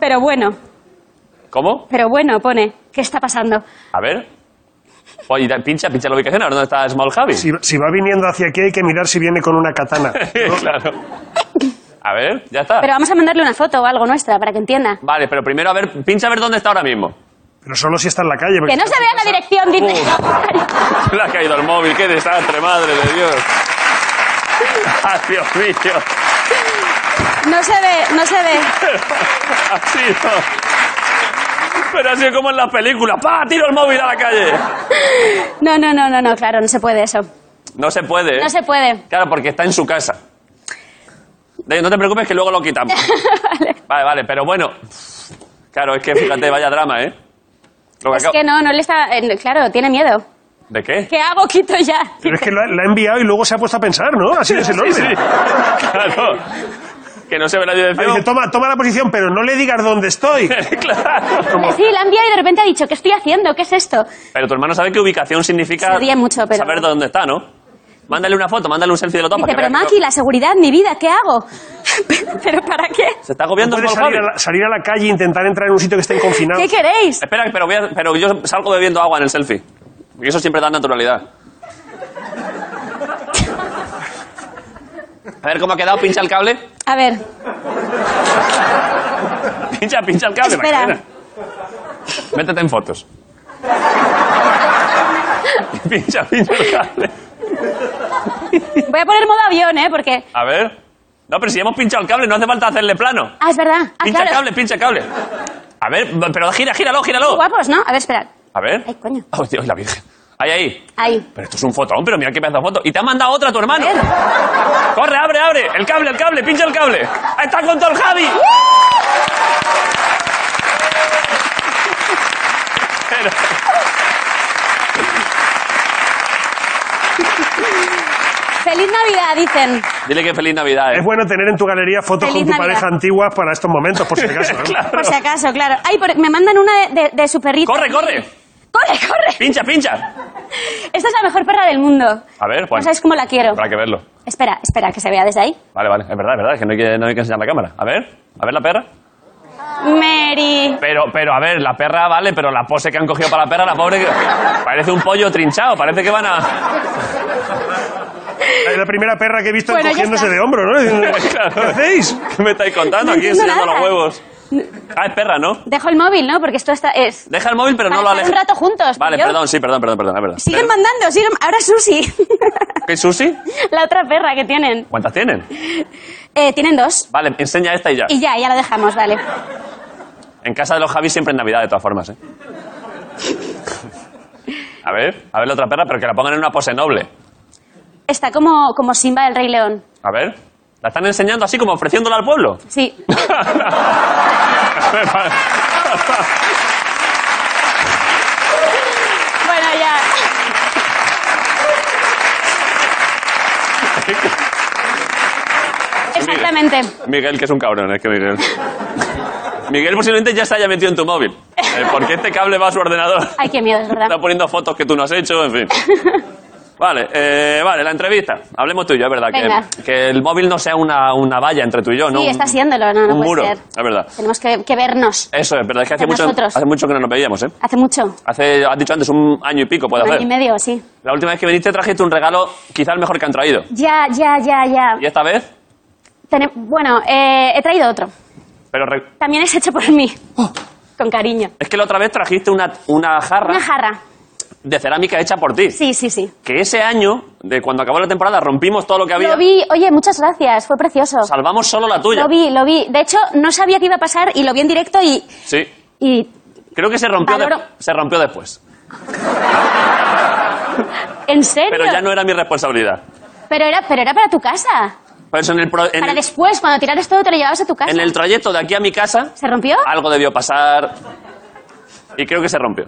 Pero bueno, ¿Cómo? Pero bueno, pone, ¿qué está pasando? A ver. Oye, da- pincha, pincha la ubicación. A ver dónde está Small Javi. Si, si va viniendo hacia aquí hay que mirar si viene con una katana. claro. A ver, ya está. Pero vamos a mandarle una foto o algo nuestra para que entienda. Vale, pero primero a ver, pincha a ver dónde está ahora mismo. Pero solo si está en la calle. porque- Que no se vea la dirección, dice. Le ha caído el móvil, qué desastre, madre de Dios. Ay, Dios mío. No se ve, no se ve. Ha sido. Pero ha sido como en las películas. ¡Pa! Tiro el móvil a la calle. No, no, no, no, no, claro, no se puede eso. No se puede. ¿eh? No se puede. Claro, porque está en su casa. De- No te preocupes que luego lo quitamos. Vale. Vale, vale, pero bueno. Claro, es que fíjate, vaya drama, ¿eh? Lo que Es acabo- que no, no le está. eh, claro, tiene miedo. ¿De qué? ¿Qué hago? Quito ya. Pero es que lo ha, la ha enviado y luego se ha puesto a pensar, ¿no? Así es el orden. Claro. Que no se ve la Ahí dice, dirección. toma, toma la posición, pero no le digas dónde estoy. claro. Sí, la han enviado y de repente ha dicho, ¿qué estoy haciendo? ¿Qué es esto? Pero tu hermano sabe que ubicación significa Se ríe mucho, pero- saber dónde está, ¿no? Mándale una foto, mándale un selfie de lo top. Dice, para que pero vea que Maki, la seguridad, mi vida, ¿qué hago? ¿Pero para qué? no- Se está No agobiando el puedes Paul salir a, Javi. la, salir a la calle e intentar entrar en un sitio que esté confinado. ¿Qué queréis? Espera, pero, voy a- pero yo salgo bebiendo agua en el selfie. Y eso siempre da naturalidad. A ver cómo ha quedado, pincha el cable. A ver, Pincha, pincha el cable, Espera. Macarena. Métete en fotos. pincha, pincha el cable. voy a poner modo avión, ¿eh? Porque... A ver. No, pero si hemos pinchado el cable, no hace falta hacerle plano. Ah, es verdad. Ah, Pincha el claro. cable, pincha el cable. A ver, pero gira, gíralo, gíralo. Guapos, ¿no? A ver, espera. A ver. Ay, coño. Oh, Dios, la virgen. Ahí, ahí. Ahí. Pero esto es un fotón, pero mira qué pedazo de foto. Y te ha mandado otra tu hermano. Corre, abre, abre. El cable, el cable, pincha el cable. Ahí está con todo el Javi. Pero- Feliz Navidad, dicen. Dile que feliz Navidad, eh. Es bueno tener en tu galería fotos Feliz con tu Navidad. pareja antigua para estos momentos, por si acaso. ¿no? Por si acaso, claro. Ay, por- me mandan una de, de- de su perrito. Corre, corre. Corre, corre. Pincha, pincha. Esta es la mejor perra del mundo. A ver, No Juan. sabes cómo la quiero. Habrá que verlo. Espera, espera, que se vea desde ahí. Vale, vale. Es verdad, es verdad. Es que no hay que, no hay que enseñar la cámara. A ver, a ver la perra. Mary. Pero, pero, a ver, la perra vale, pero la pose que han cogido para la perra, la pobre. que- Parece un pollo trinchado. Parece que van a. Es la primera perra que he visto Bueno, ya encogiéndose está. de hombro, ¿no? Diciendo, Claro. ¿Qué hacéis? ¿Qué me estáis contando? No Aquí entiendo enseñando nada. los huevos. Ah, es perra, ¿no? Dejo el móvil, ¿no? Porque esto está... Es... Deja el móvil, pero no Para lo estar alejes. un rato juntos, Vale, tío. perdón, sí, perdón, perdón, perdón, es verdad. Siguen mandando, siguen... Ahora Susi. ¿Qué sushi? la otra perra que tienen. ¿Cuántas tienen? Eh, tienen dos. Vale, enseña esta y ya. Y ya, ya la dejamos, vale. En casa de los Javis siempre en Navidad, de todas formas, ¿eh? A ver, a ver la otra perra, pero que la pongan en una pose noble. Está como, como Simba del Rey León. A ver. ¿La están enseñando así como ofreciéndola al pueblo? Sí. bueno, ya. Exactamente. Miguel, que es un cabrón, es que Miguel. Miguel posiblemente ya se haya metido en tu móvil. Eh, porque este cable va a su ordenador. Ay, qué miedo, es Está verdad. poniendo fotos que tú no has hecho, en fin. Vale, eh, vale, la entrevista. Hablemos tú y yo, es verdad. Venga. Que, que el móvil no sea una, una valla entre tú y yo, ¿no? Sí, Un- está siéndolo, no, no un puede muro, ser. es verdad. Tenemos que, que vernos. Eso es verdad, es que hace Entre mucho, nosotros. hace mucho que no nos veíamos, ¿eh? Hace mucho. Hace, has dicho antes, un año y pico puede Un hacer. año y medio, sí. La última vez que viniste trajiste un regalo, quizá el mejor que han traído. Ya, ya, ya, ya. Y esta vez, Tene- bueno, eh, he traído otro. pero re- También es hecho por mí. Con cariño. es que la otra vez trajiste una, una jarra Una jarra. de cerámica hecha por ti. Sí, sí, sí. Que ese año, de cuando acabó la temporada, rompimos todo lo que había. Lo vi, oye, muchas gracias, fue precioso. Salvamos solo la tuya. Lo vi, lo vi. De hecho, no sabía que iba a pasar y lo vi en directo y. Sí. y Creo que se rompió, de- Valoro- se rompió después. ¿En serio? Pero ya no era mi responsabilidad. pero, era, pero era para tu casa. Por eso en el, pro- en para el- después, cuando tiraras todo, te lo llevabas a tu casa. en el trayecto de aquí a mi casa, ¿Se rompió? algo debió pasar. Y creo que se rompió.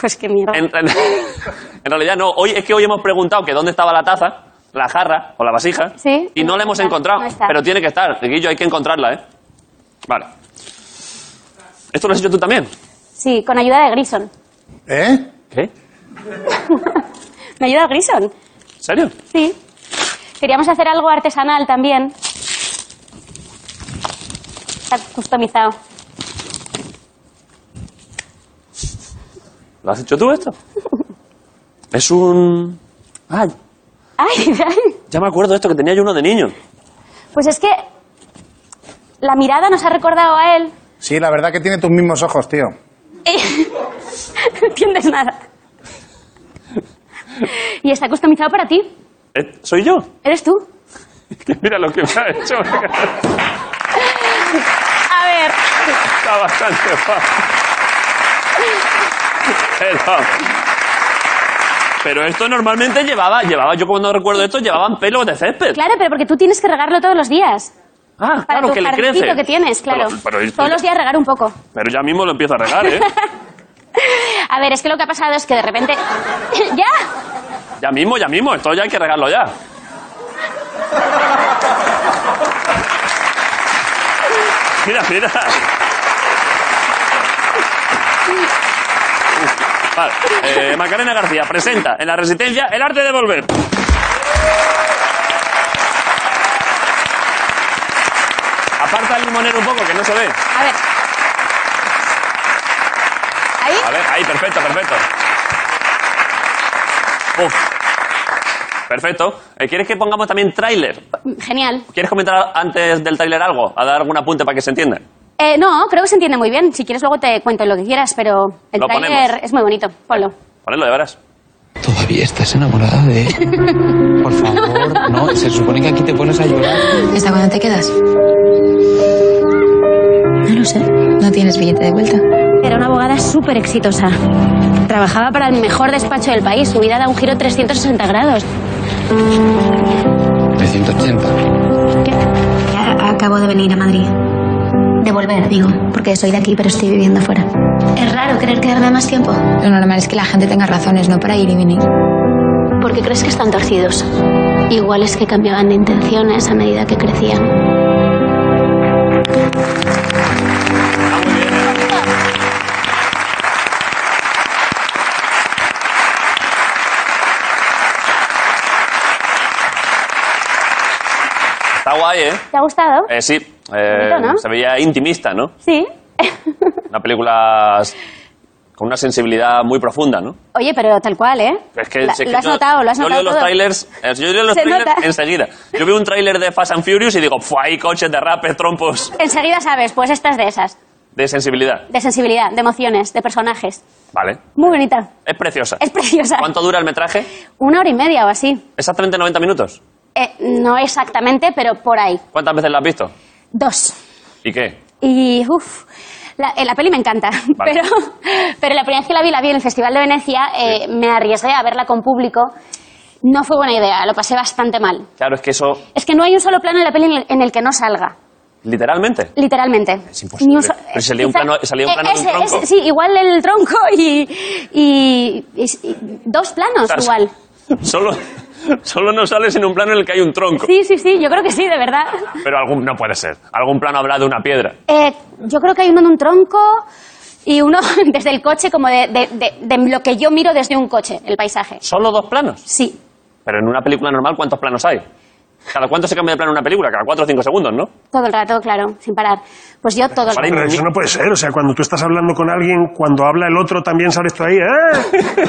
Pues qué mierda. En, en- en realidad no. Hoy es que hoy hemos preguntado que dónde estaba la taza, la jarra o la vasija. Sí. Y no la hemos encontrado. No está. Pero tiene que estar. Guillo, hay que encontrarla, ¿eh? Vale. ¿Esto lo has hecho tú también? Sí, con ayuda de Grison. ¿Eh? ¿Qué? ¿En ¿Me ayuda Grison? serio? Sí. Queríamos hacer algo artesanal también. Está customizado. ¿Lo has hecho tú esto? Es un... Ay, Ay, Ah, ay. ya me acuerdo de esto, que tenía yo uno de niño. Pues es que la mirada nos ha recordado a él. Sí, la verdad que tiene tus mismos ojos, tío. Y- no entiendes nada. Y está customizado para ti. Eh, ¿Soy yo? Eres tú. Mira lo que me ha hecho. Está A ver. bastante fácil. Pero, pero esto normalmente llevaba, llevaba, yo cuando recuerdo esto, llevaban pelo de césped. Claro, pero porque tú tienes que regarlo todos los días. Ah, Para claro, tu que le jardincito crece. que tienes, claro. Pero, pero esto- todos los días regar un poco. pero ya mismo lo empiezo a regar, ¿eh? A ver, es que lo que ha pasado es que de repente... ¡Ya! Ya mismo, ya mismo, esto ya hay que regarlo ya. Mira, mira. Vale, eh, Macarena García presenta en la Resistencia el arte de volver. Aparta el limonero un poco, que no se ve. A ver. ¿Ahí? A ver, ahí, perfecto, perfecto. Uf. Perfecto. Eh, ¿Quieres que pongamos también tráiler? Genial. ¿Quieres comentar antes del tráiler algo? ¿A dar algún apunte para que se entienda? Eh, no, creo que se entiende muy bien. Si quieres luego te cuento lo que quieras, pero el Lo tráiler ponemos. es muy bonito. Ponlo. Ponedlo, de veras. ¿Todavía estás enamorada de él? Por favor, no, se supone que aquí te pones a llorar. ¿Hasta cuándo te quedas? No lo sé. No tienes billete de vuelta. Era una abogada súper exitosa. Trabajaba para el mejor despacho del país. Su vida da un giro 360 grados. 380. Acabo de venir a Madrid. De volver, digo, porque soy de aquí, pero estoy viviendo fuera. Es raro querer quedarme más tiempo. Lo normal es que la gente tenga razones, ¿no? Para ir y venir. ¿Por qué crees que están torcidos? Igual es que cambiaban de intenciones a medida que crecían. Está guay, ¿eh? ¿Te ha gustado? Eh, sí. Eh, Bonito, ¿no? Se veía intimista, ¿no? Sí. Una película s- con una sensibilidad muy profunda, ¿no? Oye, pero tal cual, ¿eh? Pero es que, La- sé que lo has yo- notado, lo has yo notado. leo los todo. trailers, eh, yo leo los Se trailers nota. enseguida. Yo veo un tráiler de Fast and Furious y digo, "Fua, hay coches, derrapes, trompos Enseguida sabes, pues esta es de esas. de sensibilidad." De sensibilidad, de emociones, de personajes. Vale. Muy bonita. Es preciosa. Es preciosa. ¿Cuánto dura el metraje? Una hora y media o así. Exactamente 90 minutos. Eh, no exactamente, pero por ahí. ¿Cuántas veces la has visto? Dos. ¿Y qué? Y uff, la, eh, la peli me encanta, Vale. pero, pero la primera vez que la vi, la vi en el Festival de Venecia, eh, me arriesgué a verla con público. No fue buena idea, lo pasé bastante mal. Claro, es que eso, Es que no hay un solo plano en la peli en el, en el que no salga, literalmente. literalmente. Es imposible. Ni un so- Pero salía un quizá- plano- salía un eh, plano de un ese- tronco. ese, sí, igual el tronco y, y- y- y dos planos O sea, igual. Solo, solo no sales en un plano en el que hay un tronco. Sí, sí, sí, yo creo que sí, de verdad. Pero algún, no puede ser. Algún plano habla de una piedra. Eh, yo creo que hay uno de un tronco y uno desde el coche, como de, de- de- de lo que yo miro desde un coche, el paisaje. Solo dos planos. Sí. Pero en una película normal, ¿cuántos planos hay? ¿Cada cuánto se cambia de plano una película? Cada cuatro o cinco segundos, ¿no? Todo el rato, claro, sin parar. Pues yo todo el Para ir- rato. Pero eso no puede ser, o sea, cuando tú estás hablando con alguien, cuando habla el otro también sales tú ahí, ¿eh?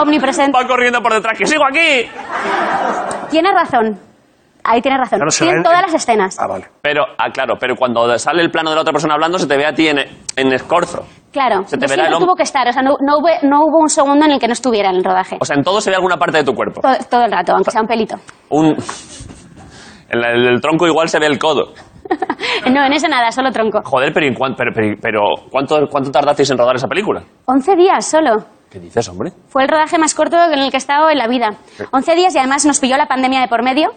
Omnipresente. Va corriendo por detrás, que sigo aquí. Tienes razón. Ahí tienes razón. Claro, se Sí, en ven- todas las escenas. Ah, vale. Pero, ¿eh? ah, claro, pero cuando sale el plano de la otra persona hablando, se te ve a ti en, en escorzo. Claro. Se te Yo verá el siempre hombro. tuvo que estar. O sea, no, no hubo, no hubo un segundo en el que no estuviera en el rodaje. O sea, en todo se ve alguna parte de tu cuerpo. todo, todo el rato, aunque sea un pelito. Un... En la- en el tronco igual se ve el codo. no, en eso nada, solo tronco. Joder, pero, ¿en cuán- pero, pero- pero ¿cuánto, ¿cuánto tardasteis en rodar esa película? Once días solo. ¿Qué dices, hombre? Fue el rodaje más corto en el que he estado en la vida. Once días y además nos pilló la pandemia de por medio.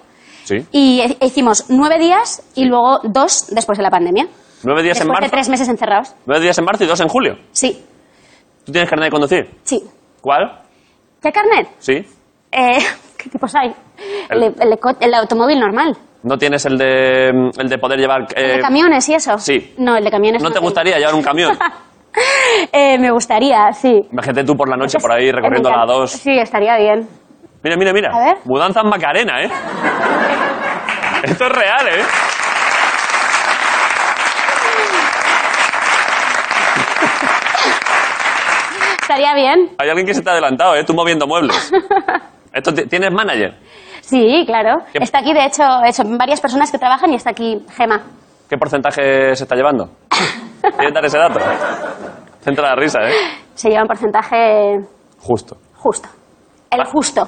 Sí. Y he- hicimos nueve días y luego dos después de la pandemia. Nueve días en después de marzo. tres meses encerrados. Nueve días en marzo y dos en julio. Sí, ¿Tú tienes carnet de conducir? sí. ¿Cuál? ¿Qué carnet? Sí. Eh, ¿Qué tipos hay? El, El- el de co- el automóvil normal. ¿No tienes el de, el de poder llevar... eh, ¿El de camiones y eso? sí. No, el de camiones. ¿No te tengo. gustaría llevar un camión? Eh, me gustaría, sí. Imagínate tú por la noche Pues por ahí Es- recorriendo me la encanta. 2. Sí, estaría bien. Mira, mira, mira. A ver. Mudanzas Macarena, ¿eh? Esto es real, ¿eh? Estaría bien. Hay alguien que se te ha adelantado, ¿eh? Tú moviendo muebles. Esto, ti- ¿Tienes manager? Sí, claro. ¿Qué- Está aquí, de hecho, eso, varias personas que trabajan y está aquí Gema. ¿Qué porcentaje se está llevando? ¿Quieres dar ese dato? Te entra la risa, ¿eh? Se lleva un porcentaje Justo. justo. El Ah. justo.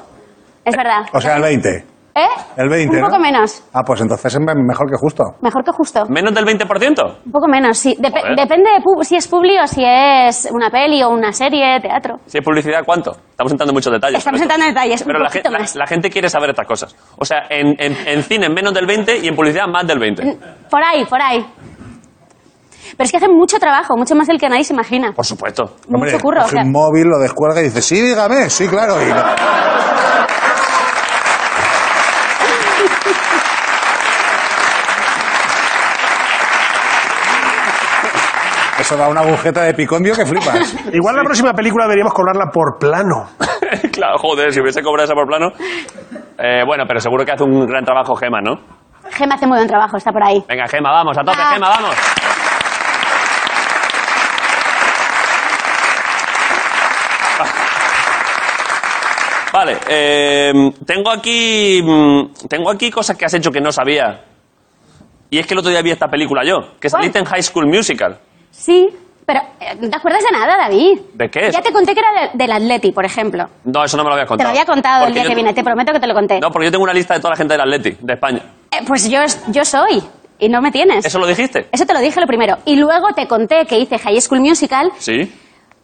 Es verdad. O sea, el 20. ¿Eh? El 20, Un poco ¿no? menos. Ah, pues entonces es mejor que justo. Mejor que justo. ¿Menos del 20%? Un poco menos, sí. Dep- Joder. depende de pub- si es publi o si es una peli o una serie, teatro. Si es publicidad, ¿cuánto? Estamos entrando en muchos detalles. Estamos pero- entrando en detalles, un Pero la, poquito gen- la- más. la gente quiere saber estas cosas. O sea, en, en, en cine menos del 20 y en publicidad más del 20. Por ahí, por ahí. Pero es que hacen mucho trabajo, mucho más del que nadie se imagina. Por supuesto. Pues, Hombre, mucho curro. o coge sea, un móvil, lo descuelga y dice, sí, dígame, sí, claro. Y no. Eso da una agujeta de picondio que flipas. Igual la próxima película deberíamos colarla por plano. claro, joder, si hubiese cobrado esa por plano. Eh, bueno, pero seguro que hace un gran trabajo Gema, ¿no? Gema hace muy buen trabajo, está por ahí. Venga, Gema, vamos, a tope, Ah. Gema, vamos. Vale, eh, tengo aquí mm, tengo aquí cosas que has hecho que no sabía. Y es que el otro día vi esta película yo, que ¿Cuál? saliste en High School Musical. Sí, pero eh, no te acuerdas de nada, David. ¿De qué es? Ya te conté que era de- del Atleti, por ejemplo. No, eso no me lo habías Te lo contado. había contado el Porque día yo que te- vine, te prometo que te lo conté. No, porque yo tengo una lista de toda la gente del Atleti, de España. Eh, pues yo, yo soy, y no me tienes. ¿Eso lo dijiste? Eso te lo dije lo primero. Y luego te conté que hice High School Musical Sí.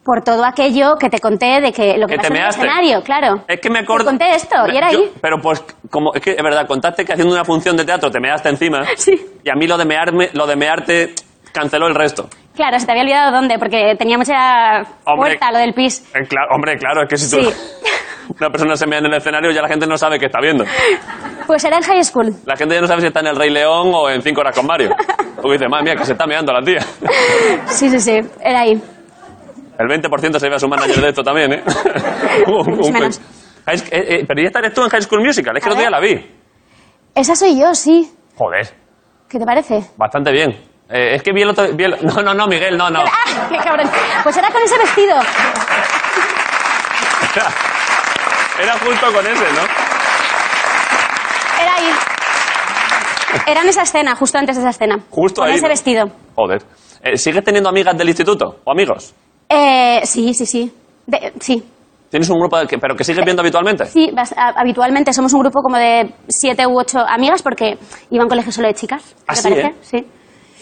por todo aquello que te conté de que lo que, Que te pasó en el measte. escenario, claro. Es que me Te acordé. conté esto, y era ahí. Pero pues, como, es que es verdad, contaste que haciendo una función de teatro te measte encima. Sí. Y a mí lo de, mearme, lo de mearte canceló el resto. Claro, se te había olvidado dónde, porque tenía mucha Hombre. puerta lo del pis. Eh, cla- hombre, claro, es que si tú. Sí. Una persona se mea en el escenario ya la gente no sabe qué está viendo. Pues era en High School. La gente ya no sabe si está en El Rey León o en Cinco Horas con Mario. Porque dice, madre mía, que se está meando la tía. Sí, sí, sí, era ahí. El 20% se lleva a su manager de esto también, ¿eh? Un- un menos. pe- High Sch- eh, eh, pero ya estaré tú en High School Musical, es que A el otro día la ver. vi. Esa soy yo, sí. Joder. ¿Qué te parece? Bastante bien. Eh, es que vi el otro... vi el- No, no, no, Miguel, no, no. ¡Ah! ¡Qué cabrón! Pues era con ese vestido. Era justo con ese, ¿no? Era ahí. Era en esa escena, justo antes de esa escena. Justo con ahí, ese ¿no? vestido. Joder. Eh, ¿Sigues teniendo amigas del instituto o amigos? Eh, sí, sí, sí. De- sí. ¿Tienes un grupo de que- pero que sigues viendo habitualmente? Sí, bas- a- habitualmente somos un grupo como de siete u ocho amigas porque iba a un colegio solo de chicas. ¿te Ah, sí, parece? ¿eh? Sí.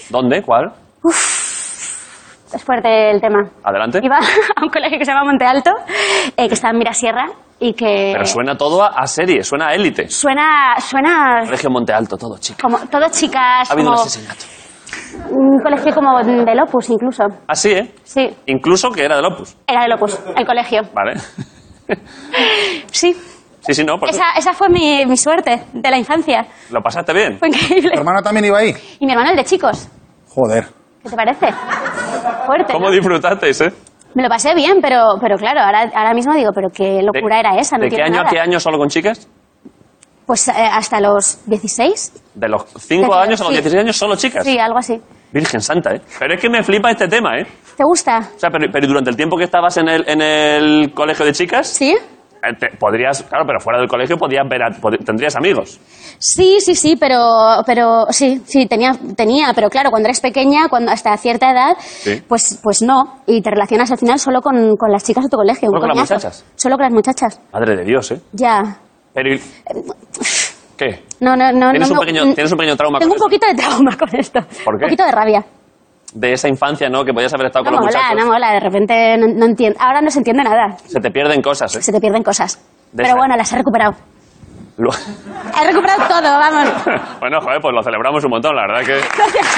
¿Dónde? ¿Cuál? Es fuerte el tema. Adelante. Iba a un colegio que se llama Monte Alto, eh, que está en Mirasierra y que... Pero suena todo a, a serie, suena a élite. Suena, suena Colegio Monte Alto, todo, chico. como todo chicas, Ha habido un como asesinato. un colegio como del Opus incluso. Así, ¿eh? Sí, Incluso que era del Opus, era del Opus, el colegio. ¿vale? Sí, Sí, sí, no, por esa, esa fue mi, mi suerte de la infancia. ¿Lo pasaste bien? Fue ¿Tu increíble. hermano también iba ahí? Y mi hermano el de chicos, Joder. ¿qué te parece? Fuerte. ¿Cómo ¿no? disfrutasteis, eh? Me lo pasé bien, pero, pero claro, ahora, ahora mismo digo, pero qué ¿De- locura era esa, no ¿De qué quiero año nada. a qué año solo con chicas? Pues eh, hasta los 16. De los 5 Desde- años a los sí. 16 años solo chicas. Sí, algo así. Virgen Santa, ¿eh? Pero es que me flipa este tema, ¿eh? ¿Te gusta? O sea, pero, pero durante el tiempo que estabas en el, en el colegio de chicas, ¿Sí? eh, te- podrías, claro, pero fuera del colegio podías ver, a- pod- tendrías amigos. Sí, sí, sí, pero, pero sí, sí, tenía, tenía, pero claro, cuando eres pequeña, cuando hasta cierta edad, pues, pues no, y te relacionas al final solo con, con las chicas de tu colegio. un Solo con las coñazo. muchachas. Solo con las muchachas, Madre de Dios, ¿eh? ya. Pero, ¿y- ¿qué? No, no, no. Tienes no un me- pequeño- tienes un pequeño trauma Tengo con un poquito de trauma con esto. ¿Por qué? Un poquito de rabia. De esa infancia, ¿no? Que podías haber estado No con los mola, muchachos. no mola, de repente no, no entiendo. Ahora no se entiende nada, Se te pierden cosas, ¿eh? se te pierden cosas. De pero esa- bueno, las he recuperado. Lo- He recuperado todo, vamos. bueno, joder, pues lo celebramos un montón, la verdad que... Gracias.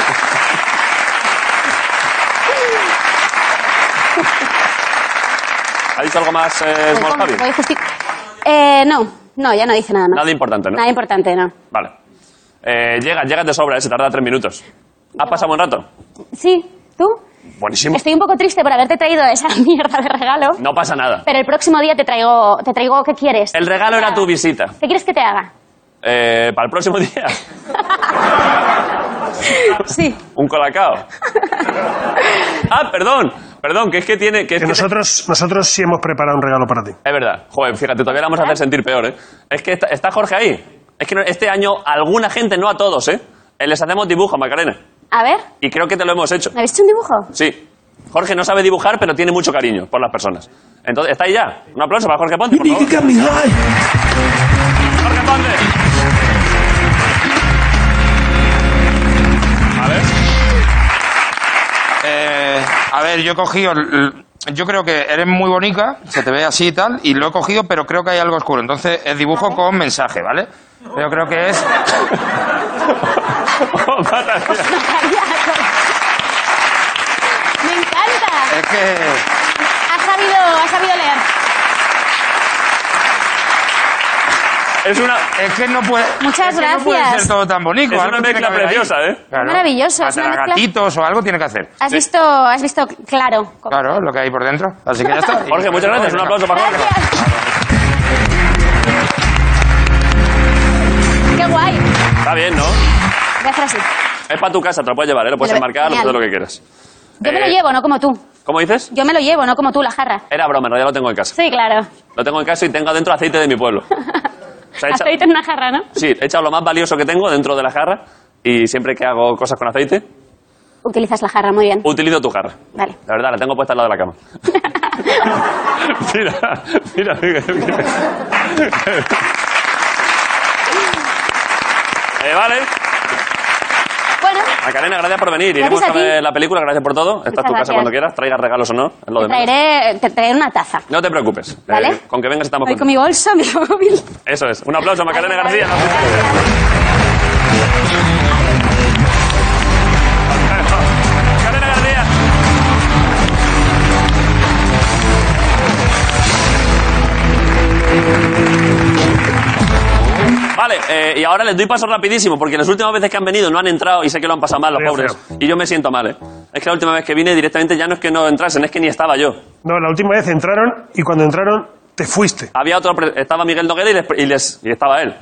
¿Ha dicho algo más, eh, Voy Small con- Javi? voy justi- Eh, no, no, ya no dice nada más. Nada importante, ¿no? Nada importante, no. Vale. Eh, llega, llega de sobra, ¿eh? se tarda tres minutos. ¿Has pasado un rato? Sí, ¿tú? Buenísimo. Estoy un poco triste por haberte traído esa mierda de regalo. No pasa nada. Pero el próximo día te traigo, te traigo ¿qué quieres? Ah. El regalo era tu visita. ¿Qué quieres que te haga? Eh, ¿Para el próximo día? Sí. ¿Un colacao? Ah, perdón. Perdón, que es que tiene... Que es que Que te- nosotros, nosotros sí hemos preparado un regalo para ti. Es verdad. Joder, fíjate, todavía la vamos a hacer sentir peor, ¿eh? Es que está, está Jorge ahí. Es que no- este año a alguna gente, no a todos, ¿eh? Eh, Les hacemos dibujo, Macarena. A ver, Y creo que te lo hemos hecho. ¿me habéis hecho un dibujo? Sí. Jorge no sabe dibujar, pero tiene mucho cariño por las personas. Entonces, está ahí ya. Un aplauso para Jorge Ponte, por favor. Jorge Ponte. A ver. Eh, a ver, yo he cogido. el- Yo creo que eres muy bonita, se te ve así y tal, y lo he cogido, pero creo que hay algo oscuro. Entonces, es dibujo con mensaje, ¿vale? Yo creo que es. Oh, madre mía. Me encanta. Es que. Has sabido, has sabido leer. Es una, Es que no puede. Muchas es que No puede gracias. ser todo tan bonito. es algo una tiene mezcla que haber ahí. preciosa, ¿eh? Claro. Maravilloso, es una mezcla- Gatitos o algo tiene que hacer. Has visto, has visto claro. Claro, lo que hay por dentro. Así que ya está. Y- Jorge, muchas gracias. Un aplauso para Jorge. Gracias. Qué guay. Está bien, ¿no? Voy a hacer así. Es para tu casa, te lo puedes llevar, ¿eh? Lo puedes Vale, enmarcar, lo genial. puedes lo que quieras. Yo me lo Eh, llevo, no como tú. ¿Cómo dices? Yo me lo llevo, no como tú, la jarra. Era broma, en realidad lo tengo en casa. Sí, claro. Lo tengo en casa y tengo adentro aceite de mi pueblo. sea, echa- Aceite en una jarra, ¿no? Sí, he echado lo más valioso que tengo dentro de la jarra y siempre que hago cosas con aceite, Utilizas la jarra, muy bien. utilizo tu jarra. Vale. La verdad, la tengo puesta al lado de la cama. mira, mira, mira. mira. Eh, vale, Bueno, Macarena, gracias por venir. Iremos Gracias a a ti. ver la película, gracias por todo. Esta es tu Muchas casa gracias. cuando quieras, traigas regalos o no. es lo de te menos. traeré, te traeré una taza. No te preocupes. ¿Vale? Eh, con que vengas estamos Voy con contentos. mi bolsa, mi móvil. Eso es. Un aplauso a Macarena Vale, García. gracias. Macarena García. Vale, eh, y ahora les doy paso rapidísimo, porque las últimas veces que han venido no han entrado y sé que lo han pasado mal los Feo, pobres. Y yo me siento mal, ¿eh? Es que la última vez que vine directamente ya no es que no entrasen, es que ni estaba yo. No, la última vez entraron y cuando entraron te fuiste. Había otro, pre- estaba Miguel Noguera y, les, y, les- y estaba él.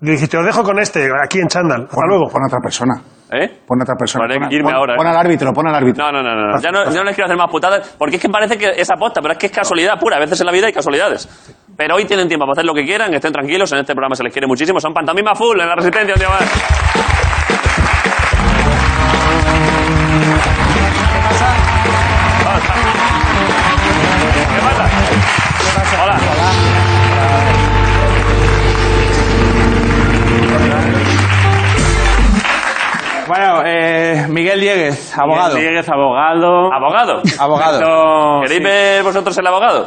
Le dijiste, os dejo con este, aquí en chándal. Hasta Pon, luego. pon otra persona. ¿Eh? Pon otra persona. Bueno, hay Pon- que irme pon- ahora, ¿eh? pon al árbitro, pon al árbitro. No, no, no, no. no. Ya no, ya no les quiero hacer más putadas, porque es que parece que es aposta, pero es que es casualidad pura. A veces en la vida hay casualidades. Pero hoy tienen tiempo para hacer lo que quieran, estén tranquilos, en este programa se les quiere muchísimo. Son pantomima full en la resistencia un día más. ¿Qué pasa? Hola. Bueno, eh, Miguel Dieguez, abogado. Miguel Dieguez, abogado. ¿Abogado? Abogado. Esto- ¿Queréis ver vosotros el abogado?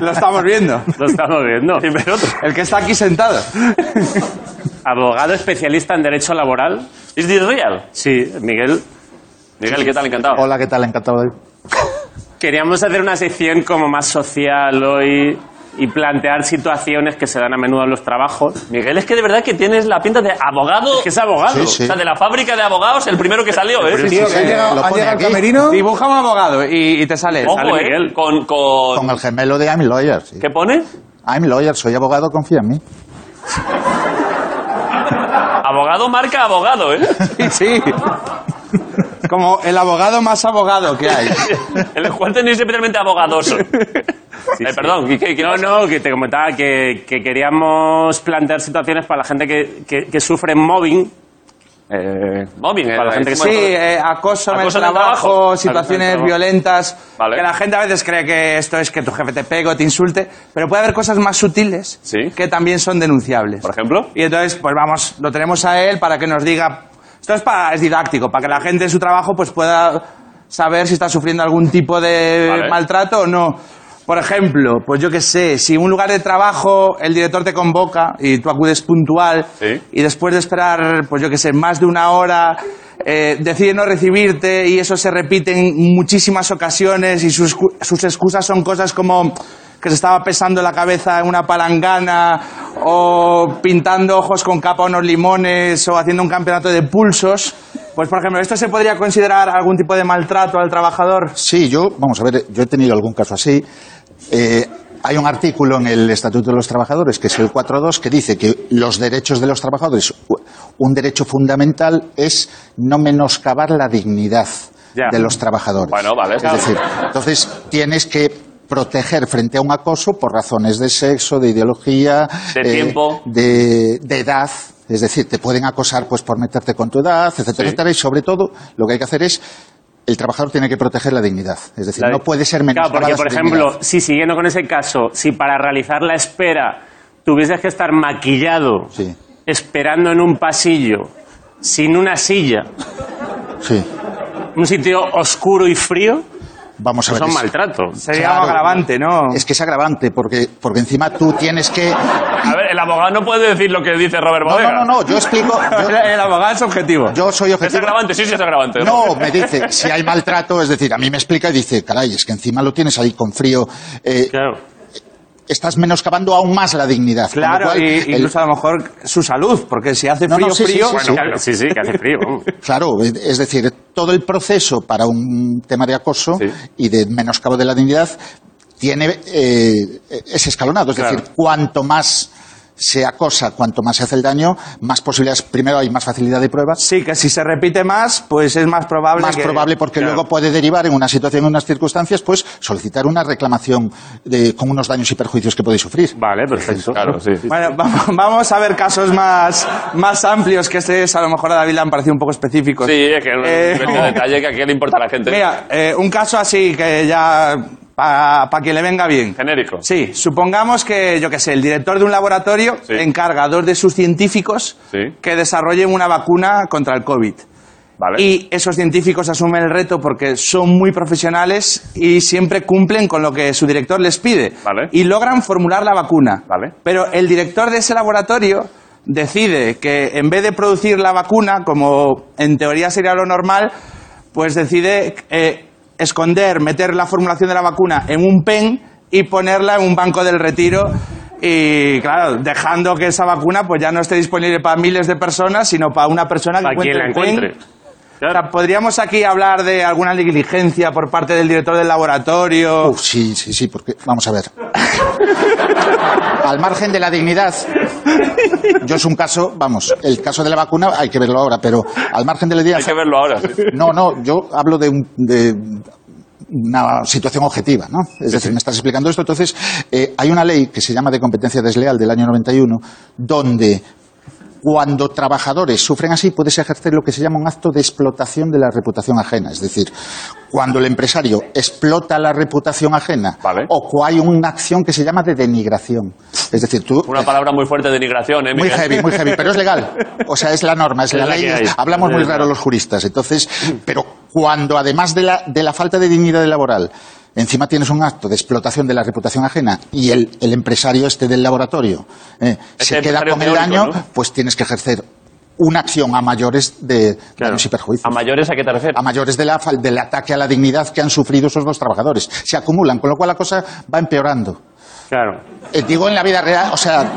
Lo estamos viendo. Lo estamos viendo. ¿Queréis ver otro? El que está aquí sentado. Abogado especialista en derecho laboral. ¿Is this real? Sí, Miguel. Miguel, ¿qué tal? Encantado. Hola, ¿qué tal? Encantado de Queríamos hacer una sección como más social hoy y plantear situaciones que se dan a menudo en los trabajos. Miguel, es que de verdad que tienes la pinta de abogado. Es que es abogado. O sea, de la fábrica de abogados, el primero que salió, ¿eh? Sí, sí, ha llegado, ha llegado el camerino Dibuja un abogado y, y te sale. Ojo, Sale ¿eh? Miguel. Con, con- Con el gemelo de I'm Lawyer, sí. ¿Qué pone? I'm Lawyer, soy abogado, confía en mí. Abogado marca abogado, ¿eh? Sí, sí. Como el abogado más abogado que hay. en el cual tenéis especialmente abogadoso. Eh, perdón, ¿y qué- qué No, pasa? no, que te comentaba que, que queríamos plantear situaciones para la gente que, que, que sufre mobbing. Mobbing, eh, para la gente que Sí, decimos- eh, acoso en el Acoso en el trabajo, trabajo. situaciones Acoso en el trabajo. violentas. Vale. Que la gente a veces cree que esto es que tu jefe te pega o te insulte, pero puede haber cosas más sutiles Sí. que también son denunciables. Por ejemplo. Y entonces, pues vamos, lo tenemos a él para que nos diga. Esto es, para, es didáctico, para que la gente en su trabajo pues pueda saber si está sufriendo algún tipo de Vale. maltrato o no. Por ejemplo, pues yo qué sé, si en un lugar de trabajo el director te convoca y tú acudes puntual Sí. y después de esperar, pues yo qué sé, más de una hora, eh, decide no recibirte y eso se repite en muchísimas ocasiones y sus, cu- sus excusas son cosas como que se estaba pesando la cabeza en una palangana o pintando ojos con capa unos limones o haciendo un campeonato de pulsos. Pues, por ejemplo, ¿esto se podría considerar algún tipo de maltrato al trabajador? Sí, yo, vamos a ver, yo he tenido algún caso así. Eh, hay un artículo en el Estatuto de los Trabajadores, que es el 4.2, que dice que los derechos de los trabajadores, u- un derecho fundamental es no menoscabar la dignidad. Ya. de los trabajadores. Bueno, vale, Es claro. decir, entonces tienes que proteger frente a un acoso por razones de sexo, de ideología, eh, De tiempo. de, de edad. Es decir, te pueden acosar pues por meterte con tu edad, etcétera, etcétera. Y sobre todo, lo que hay que hacer es el trabajador tiene que proteger la dignidad. Es decir, La- no puede ser menos. Claro, porque por ejemplo, si siguiendo con ese caso, si para realizar la espera tuvieses que estar maquillado, esperando en un pasillo, sin una silla, Sí. un sitio oscuro y frío, Vamos a eso es ver. un eso. maltrato. Claro. Es que es agravante, porque, porque encima tú tienes que. A ver, el abogado no puede decir lo que dice Robert No, Bodega. no, no, no, yo explico. yo- El abogado es objetivo. Yo soy Es objetivo. agravante, sí, sí, es agravante. No, me dice, si hay maltrato, es decir, a mí me explica y dice, caray, es que encima lo tienes ahí con frío. eh, Estás menoscabando aún más la dignidad. con lo Claro, cual, y el- incluso a lo mejor su salud, porque si hace No, frío, no, sí, sí, frío. sí, sí. Claro, sí, sí, que hace frío. Claro, eh, es decir, todo el proceso para un tema de acoso y de menoscabo de la dignidad tiene eh, es escalonado. Es Claro. decir, cuanto más se acosa, cuanto más se hace el daño, más posibilidades. Primero hay más facilidad de pruebas. Sí, que si se repite más, pues es más probable. Más que- probable porque Claro. luego puede derivar en una situación, en unas circunstancias, pues solicitar una reclamación de- con unos daños y perjuicios que podéis sufrir. Vale, perfecto. Claro, sí. Bueno, va- vamos a ver casos más, más amplios, que este es, a lo mejor a David le han parecido un poco específicos. Sí, es que es un Eh, nivel de detalle que aquí le importa a la gente. Mira, eh, un caso así que ya para que le venga bien. Genérico. Sí, supongamos que, yo qué sé, el director de un laboratorio encarga a dos de sus científicos Sí. que desarrollen una vacuna contra el COVID. Y esos científicos asumen el reto porque son muy profesionales y siempre cumplen con lo que su director les pide. Y logran formular la vacuna. Pero el director de ese laboratorio decide que en vez de producir la vacuna, como en teoría sería lo normal, pues decide eh, esconder, meter la formulación de la vacuna en un pen y ponerla en un banco del retiro y claro, dejando que esa vacuna pues ya no esté disponible para miles de personas, sino para una persona que Para quien la el pen. encuentre. O sea, ¿Podríamos aquí hablar de alguna negligencia por parte del director del laboratorio? Uf, sí, sí, sí, porque vamos a ver. Al margen de la dignidad, yo es un caso, vamos, el caso de la vacuna hay que verlo ahora, pero al margen de la dignidad. Hay que verlo ahora. sí. No, no, yo hablo de, un- de una situación objetiva, ¿no? Es decir, me estás explicando esto. Entonces, eh, hay una ley que se llama de competencia desleal del año 91, donde cuando trabajadores sufren así, puedes ejercer lo que se llama un acto de explotación de la reputación ajena. Es decir, cuando el empresario explota la reputación ajena, o cu- hay una acción que se llama de denigración. Es decir, tú eh, Una palabra muy fuerte de migración, ¿eh? muy Miguel? heavy, muy heavy, pero es legal. O sea, es la norma, es, Es la, la ley. que hay. Hablamos Es muy la- raro los juristas. Entonces, pero cuando además de la, de la falta de dignidad laboral, encima tienes un acto de explotación de la reputación ajena y el, el empresario este del laboratorio eh, Ese se queda empresario con el teórico, daño, ¿no? pues tienes que ejercer una acción a mayores de daños y perjuicios. ¿A mayores a qué te refieres? A mayores de la, fal- del ataque a la dignidad que han sufrido esos dos trabajadores. Se acumulan, con lo cual la cosa va empeorando. Claro. Eh, digo en la vida real, o sea,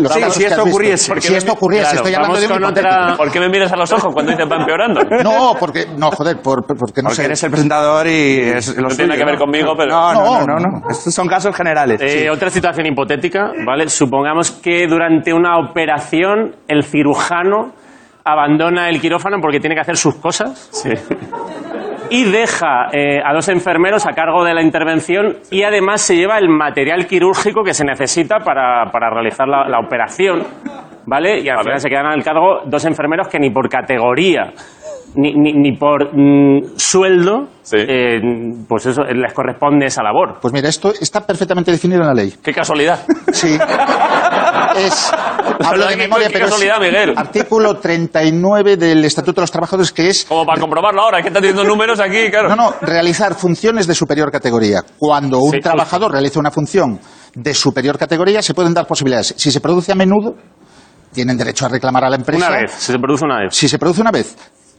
los Sí, casos si que has esto visto. ocurriese. Porque si me- esto ocurriese, claro, estoy hablando vamos de un con otra- hipotético. ¿Por qué me miras a los ojos cuando dices va empeorando? No, porque no, joder, por- por- porque no Porque sé. eres el presentador y es lo No tiene suyo, nada que ver conmigo, pero- No, no, no, No, no, no. Estos son casos generales. Eh, Sí. Otra situación hipotética, ¿vale? Supongamos que durante una operación el cirujano abandona el quirófano porque tiene que hacer sus cosas y deja eh, a dos enfermeros a cargo de la intervención y además se lleva el material quirúrgico que se necesita para, para realizar la, la operación, ¿vale? Y al final se quedan al cargo dos enfermeros que ni por categoría ni, ni- ni por mm, sueldo, eh, pues eso eh, les corresponde esa labor. Pues mira, esto está perfectamente definido en la ley. Qué casualidad. Sí. Es, hablo verdad de que memoria, qué pero es casualidad, Miguel. artículo 39 del Estatuto de los Trabajadores que es Como para comprobarlo ahora, es que está diciendo números aquí, claro. No, no, realizar funciones de superior categoría. Cuando un trabajador realiza una función de superior categoría, se pueden dar posibilidades. Si se produce a menudo, tienen derecho a reclamar a la empresa. Una vez, si se produce una vez. Si se produce una vez,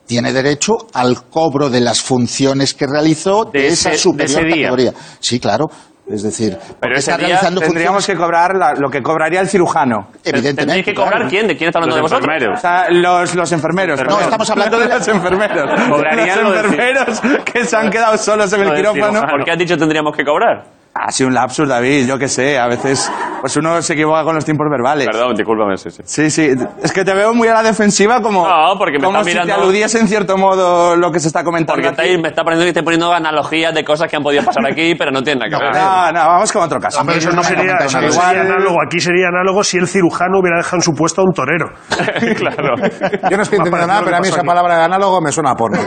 tiene derecho al cobro de las funciones que realizó de, De esa ese- superior de ese día. categoría. Sí, claro. Es decir, porque ese está día realizando tendríamos que cobrar la- lo que cobraría el cirujano. Evidentemente, ¿Tendríais que cobrar claro. quién? ¿De quién está hablando de vosotros? O sea, los, los enfermeros. No, perdón. estamos hablando No de- los enfermeros. Cobrarían lo los del enfermeros que se han quedado solos en el Lo del quirófano. cirujano. ¿Por qué has dicho tendríamos que cobrar? Ha sido un lapsus, David, yo qué sé, a veces Pues uno se equivoca con los tiempos verbales. Perdón, discúlpame, sí, sí. Sí, sí. Es que te veo muy a la defensiva como, No, porque me como estás si mirando- te aludiese en cierto modo lo que se está comentando. Porque aquí. estáis- me está pareciendo que estoy poniendo analogías de cosas que han podido pasar aquí, pero no tienen nada que ver. No, no, vamos con otro caso. Hombre, eso no sería, eso no sería análogo. Aquí sería análogo si el cirujano hubiera dejado en su puesto a un torero. claro. Yo no estoy Me ha entendiendo parecido nada, lo pero que a mí pasó esa aquí. palabra de análogo me suena a porno.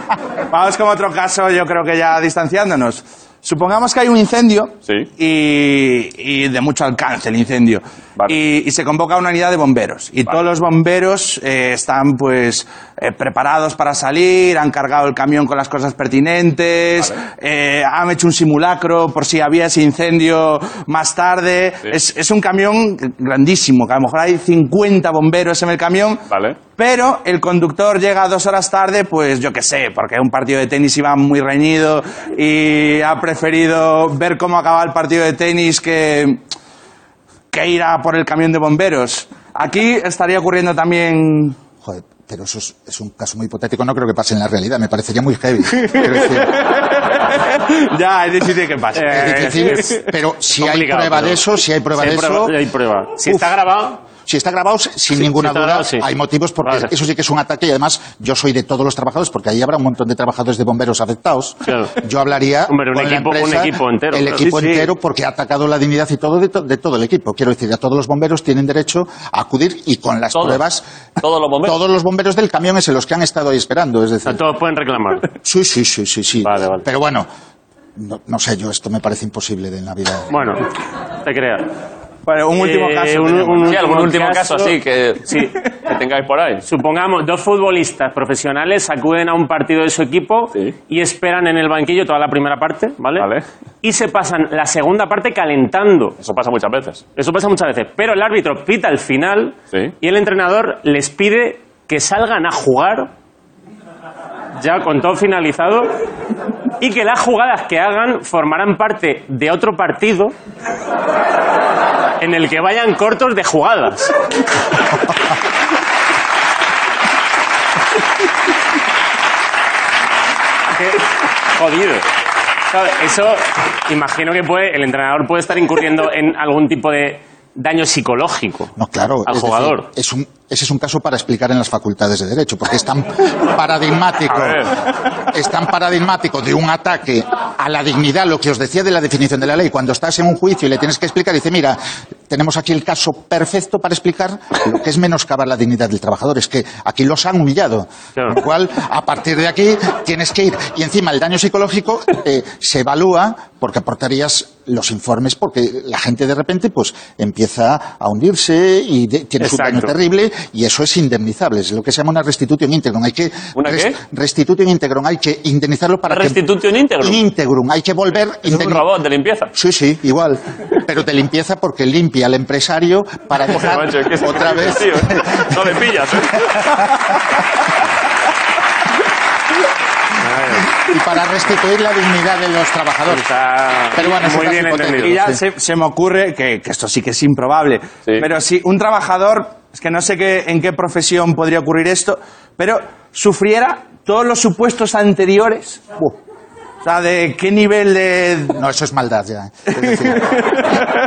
Vamos con otro caso, yo creo que ya distanciándonos. Supongamos que hay un incendio y, y de mucho alcance el incendio. Y, y se convoca una unidad de bomberos. Y todos los bomberos eh, están pues eh, preparados para salir, han cargado el camión con las cosas pertinentes, eh, han hecho un simulacro por si había ese incendio más tarde. Es, es un camión grandísimo, que a lo mejor hay 50 bomberos en el camión. Pero el conductor llega dos horas tarde, pues yo qué sé, porque un partido de tenis iba muy reñido y ha preferido ver cómo acaba el partido de tenis que, que ir a por el camión de bomberos. Aquí estaría ocurriendo también... Joder, pero eso es, es un caso muy hipotético, no creo que pase en la realidad, me parecería muy heavy. Quiero decir, ya, es difícil que pase. Eh, es difícil, pero si hay complicado, prueba pero- de eso, si hay prueba Si de hay eso... prueba- hay prueba. Si está grabado... Si está grabado, sin si ninguna está duda, grabado, sí. hay motivos porque Vale. eso sí que es un ataque y además yo soy de todos los trabajadores porque ahí habrá un montón de trabajadores de bomberos afectados. Yo hablaría Hombre, un con la equipo- un empresa, equipo entero, el claro. equipo Sí, sí. entero porque ha atacado la dignidad y todo de, to- de todo el equipo. Quiero decir, a todos los bomberos tienen derecho a acudir y con las Todos. pruebas Todos los bomberos. todos los bomberos del camión es en los que han estado ahí esperando, es decir. Todos pueden reclamar. Sí, sí, sí, sí, sí. Pero bueno, no, no sé, yo esto me parece imposible de en la vida. Bueno, te creas. Bueno, un último caso Eh, Un, tenemos. un Sí, algún último caso así que- sí. Que tengáis por ahí. Supongamos, dos futbolistas profesionales acuden a un partido de su equipo y esperan en el banquillo toda la primera parte, ¿vale? Y se pasan la segunda parte calentando. Eso pasa muchas veces. Eso pasa muchas veces. Pero el árbitro pita el final y el entrenador les pide que salgan a jugar ya con todo finalizado y que las jugadas que hagan formarán parte de otro partido en el que vayan cortos de jugadas. Qué jodido. Claro, Eso imagino que puede, el entrenador puede estar incurriendo en algún tipo de daño psicológico. No, claro. Al es decir, jugador. es un, ese es un caso para explicar en las facultades de Derecho, porque es tan paradigmático, es tan paradigmático de un ataque a la dignidad, lo que os decía de la definición de la ley. Cuando estás en un juicio y le tienes que explicar, dice, mira, tenemos aquí el caso perfecto para explicar lo que es menoscabar la dignidad del trabajador. Es que aquí los han humillado. Con lo cual, a partir de aquí, tienes que ir. Y encima, el daño psicológico eh, se evalúa porque aportarías los informes porque la gente de repente pues empieza a hundirse y de- tiene su daño Exacto. terrible y eso es indemnizable es lo que se llama una restitución íntegrum hay que ¿Una qué? restitución íntegrum hay que indemnizarlo para que Restitución íntegrum. íntegrum hay que volver Es un indemni- robot de limpieza. Sí, sí, igual. Pero te limpieza porque limpia al empresario para Joder, dejar macho, es que es otra increíble, vez. tío, ¿eh? No me pillas, ¿eh? y para restituir la dignidad de los trabajadores. Pero bueno, es un muy caso bien hipotético, entendido. Y ya sí. se, se me ocurre que, que esto sí que es improbable. Pero si un trabajador, es que no sé qué, en qué profesión podría ocurrir esto, pero sufriera todos los supuestos anteriores. O sea, de qué nivel de. No, eso es maldad ya. eh. Es decir,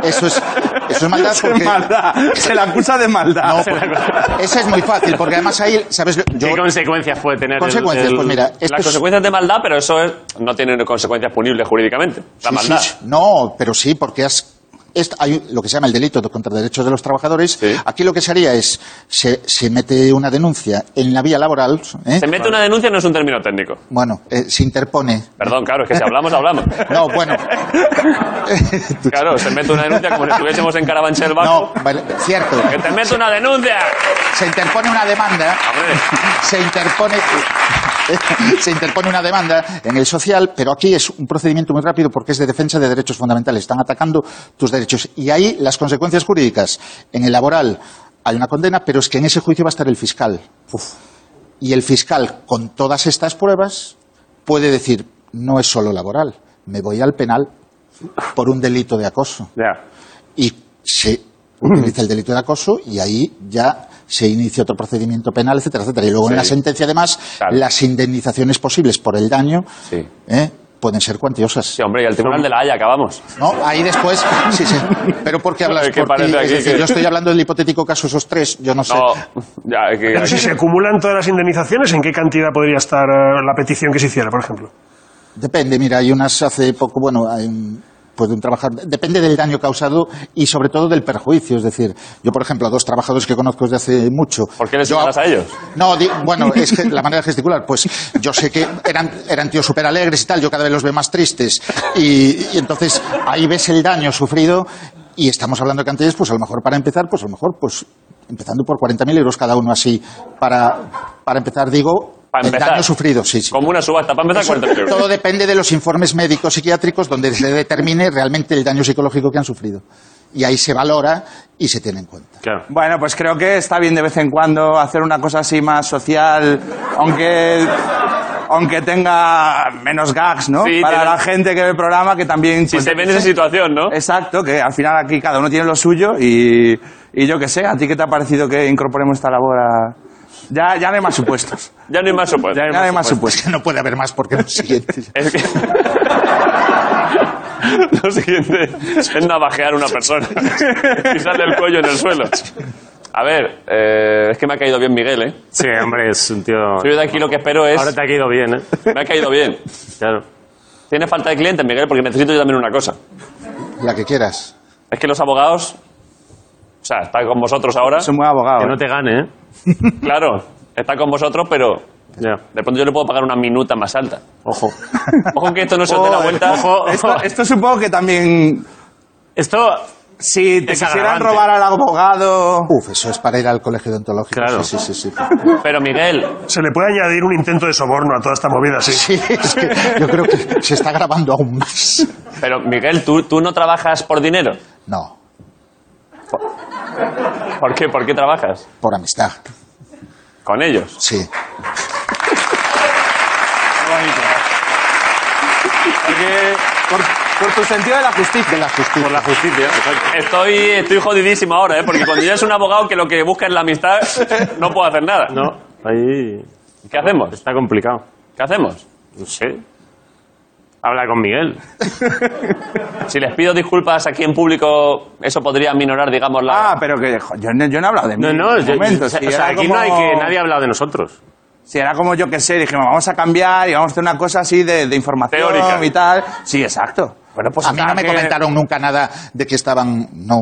eso es, eso es maldad Eso es porque... maldad. Se la acusa de maldad. No, porque- esa es muy fácil, porque además ahí, ¿sabes? ¿Qué consecuencias puede tener? el- Consecuencias, el- pues mira, esto Las es- consecuencias de maldad, pero eso es- no tiene consecuencias punibles jurídicamente. La Sí, sí, maldad. sí. No, pero sí, porque has- es- hay lo que se llama el delito de- contra derechos de los trabajadores. Aquí lo que se haría es, se, se mete una denuncia en la vía laboral, ¿eh? Se mete una denuncia no es un término técnico. bueno, eh, se interpone. Perdón, claro, es que si hablamos, hablamos. No, bueno, Claro, se mete una denuncia como si estuviésemos en Carabanchel del Banco. vale, cierto. ¡Que te mete una denuncia! Se interpone una demanda. Se interpone. Se interpone una demanda en el social, pero aquí es un procedimiento muy rápido porque es de defensa de derechos fundamentales. Están atacando tus derechos. Y ahí las consecuencias jurídicas. En el laboral hay una condena, pero es que en ese juicio va a estar el fiscal. Y el fiscal, con todas estas pruebas, puede decir: no es solo laboral, me voy al penal por un delito de acoso. Y se utiliza el delito de acoso y ahí ya se inicia otro procedimiento penal, etcétera, etcétera. Y luego en Sí. la sentencia, además, las indemnizaciones posibles por el daño. ¿eh? pueden ser cuantiosas. Sí, hombre, y al Tribunal de la Haya acabamos. No, ahí después. Sí, sí. Pero porque hablas Es que por ti. parece Es aquí decir, que- Yo estoy hablando del hipotético caso esos tres. Yo no sé. No, ya, que- Pero si se acumulan todas las indemnizaciones, ¿en qué cantidad podría estar eh, la petición que se hiciera, por ejemplo? Depende. Mira, hay unas hace poco. Bueno, hay un- pueden trabajar. Depende del daño causado y sobre todo del perjuicio. Es decir, yo por ejemplo a dos trabajadores que conozco desde hace mucho. ¿Por qué les señalas a ellos? No, di- bueno, es que la manera de gesticular, pues yo sé que eran, eran tíos súper alegres y tal, yo cada vez los veo más tristes. Y, y entonces ahí ves el daño sufrido y estamos hablando de cantidades, pues a lo mejor para empezar, pues a lo mejor, pues empezando por 40.000 euros cada uno así, para, para empezar, digo, Para el empezar. daño sufrido, sí, sí. Como una subasta, para empezar, cuarenta mil euros. Todo depende de los informes médicos psiquiátricos donde se determine realmente el daño psicológico que han sufrido. Y ahí se valora y se tiene en cuenta. Bueno, pues creo que está bien de vez en cuando hacer una cosa así más social, aunque, aunque tenga menos gags, ¿no? Sí, Para tiene- la gente que ve el programa, que también... Si pues, se yo ve en qué esa sé. situación, ¿no? Exacto, que al final aquí cada uno tiene lo suyo y, y yo qué sé, ¿a ti qué te ha parecido que incorporemos esta labor a...? Ya, ya no hay más supuestos. Ya no hay más supuestos. Ya no hay más supuestos. No puede haber más porque no siguiente. Es que... Lo siguiente es navajear a una persona. Pisarle el cuello en el suelo. A ver, eh, es que me ha caído bien Miguel, ¿eh? Sí, hombre, es un tío... Yo de aquí lo que espero es... Ahora te ha caído bien, ¿eh? Me ha caído bien. Claro. Tienes falta de clientes, Miguel, porque necesito yo también una cosa. La que quieras. Es que los abogados... O sea, está con vosotros ahora. Soy muy abogado. Que ¿eh? no te gane, ¿eh? Claro, está con vosotros, pero... Ya. De pronto yo le puedo pagar una minuta más alta. Ojo. Ojo que esto no se dé la Joder, vuelta. Ojo. Esto, esto supongo que también... Esto... Si te Es quisieran agravante. robar al abogado... Uf, eso es para ir al colegio odontológico. Claro. Sí, sí, sí. sí. Pero Miguel, ¿Se le puede añadir un intento de soborno a toda esta movida? Sí. Sí, es que yo creo que se está grabando aún más. pero Miguel, ¿tú, tú no trabajas por dinero. No, ¿Por qué? ¿Por qué trabajas? por amistad. Con ellos. Sí. Porque por, por tu sentido de la justicia. De la justicia. Por la justicia. Estoy, estoy jodidísimo ahora, ¿eh? Porque cuando ya es un abogado que lo que busca es la amistad, no puedo hacer nada. No, ahí... ¿Qué hacemos? Está complicado. ¿Qué hacemos? No sé. Habla con Miguel. Si les pido disculpas aquí en público, eso podría minorar, digamos, la... Ah, pero que jo, yo, no- yo no he hablado de mí. No, no, en yo- ningún momento. o sea, Si o sea, era aquí como- no hay que... Nadie ha hablado de nosotros. Si era como yo que sé, dijimos, vamos a cambiar y vamos a hacer una cosa así de, de información Teórica. y tal. Sí, exacto. Bueno, pues A mí no me que- comentaron nunca nada de que estaban. No,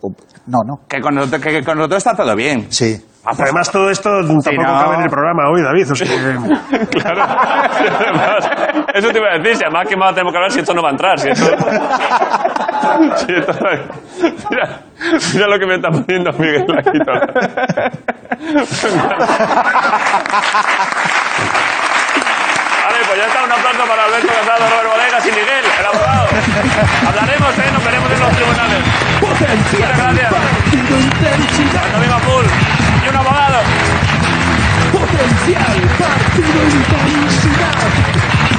o- no, no. Que con, nosotros, que, que con nosotros está todo bien. Sí. Además, todo esto tampoco no. cabe en el programa hoy, David. o sea que- Claro. Y además, eso te iba a decir. Si además, ¿qué más tenemos que hablar si esto no va a entrar? Si esto... si esto- Mira, mira lo que me está poniendo Miguel aquí. Vale, pues ya está. Un aplauso para Alberto Casado, Robert Bodegas y Miguel, el abogado. Hablaremos, ¿eh? Nos veremos en los tribunales. Potencia, Muchas gracias. compartido, intensidad. Cuando viva Pool. Y un abogado. Potencial, partido, intensidad,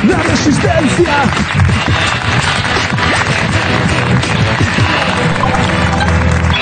la resistencia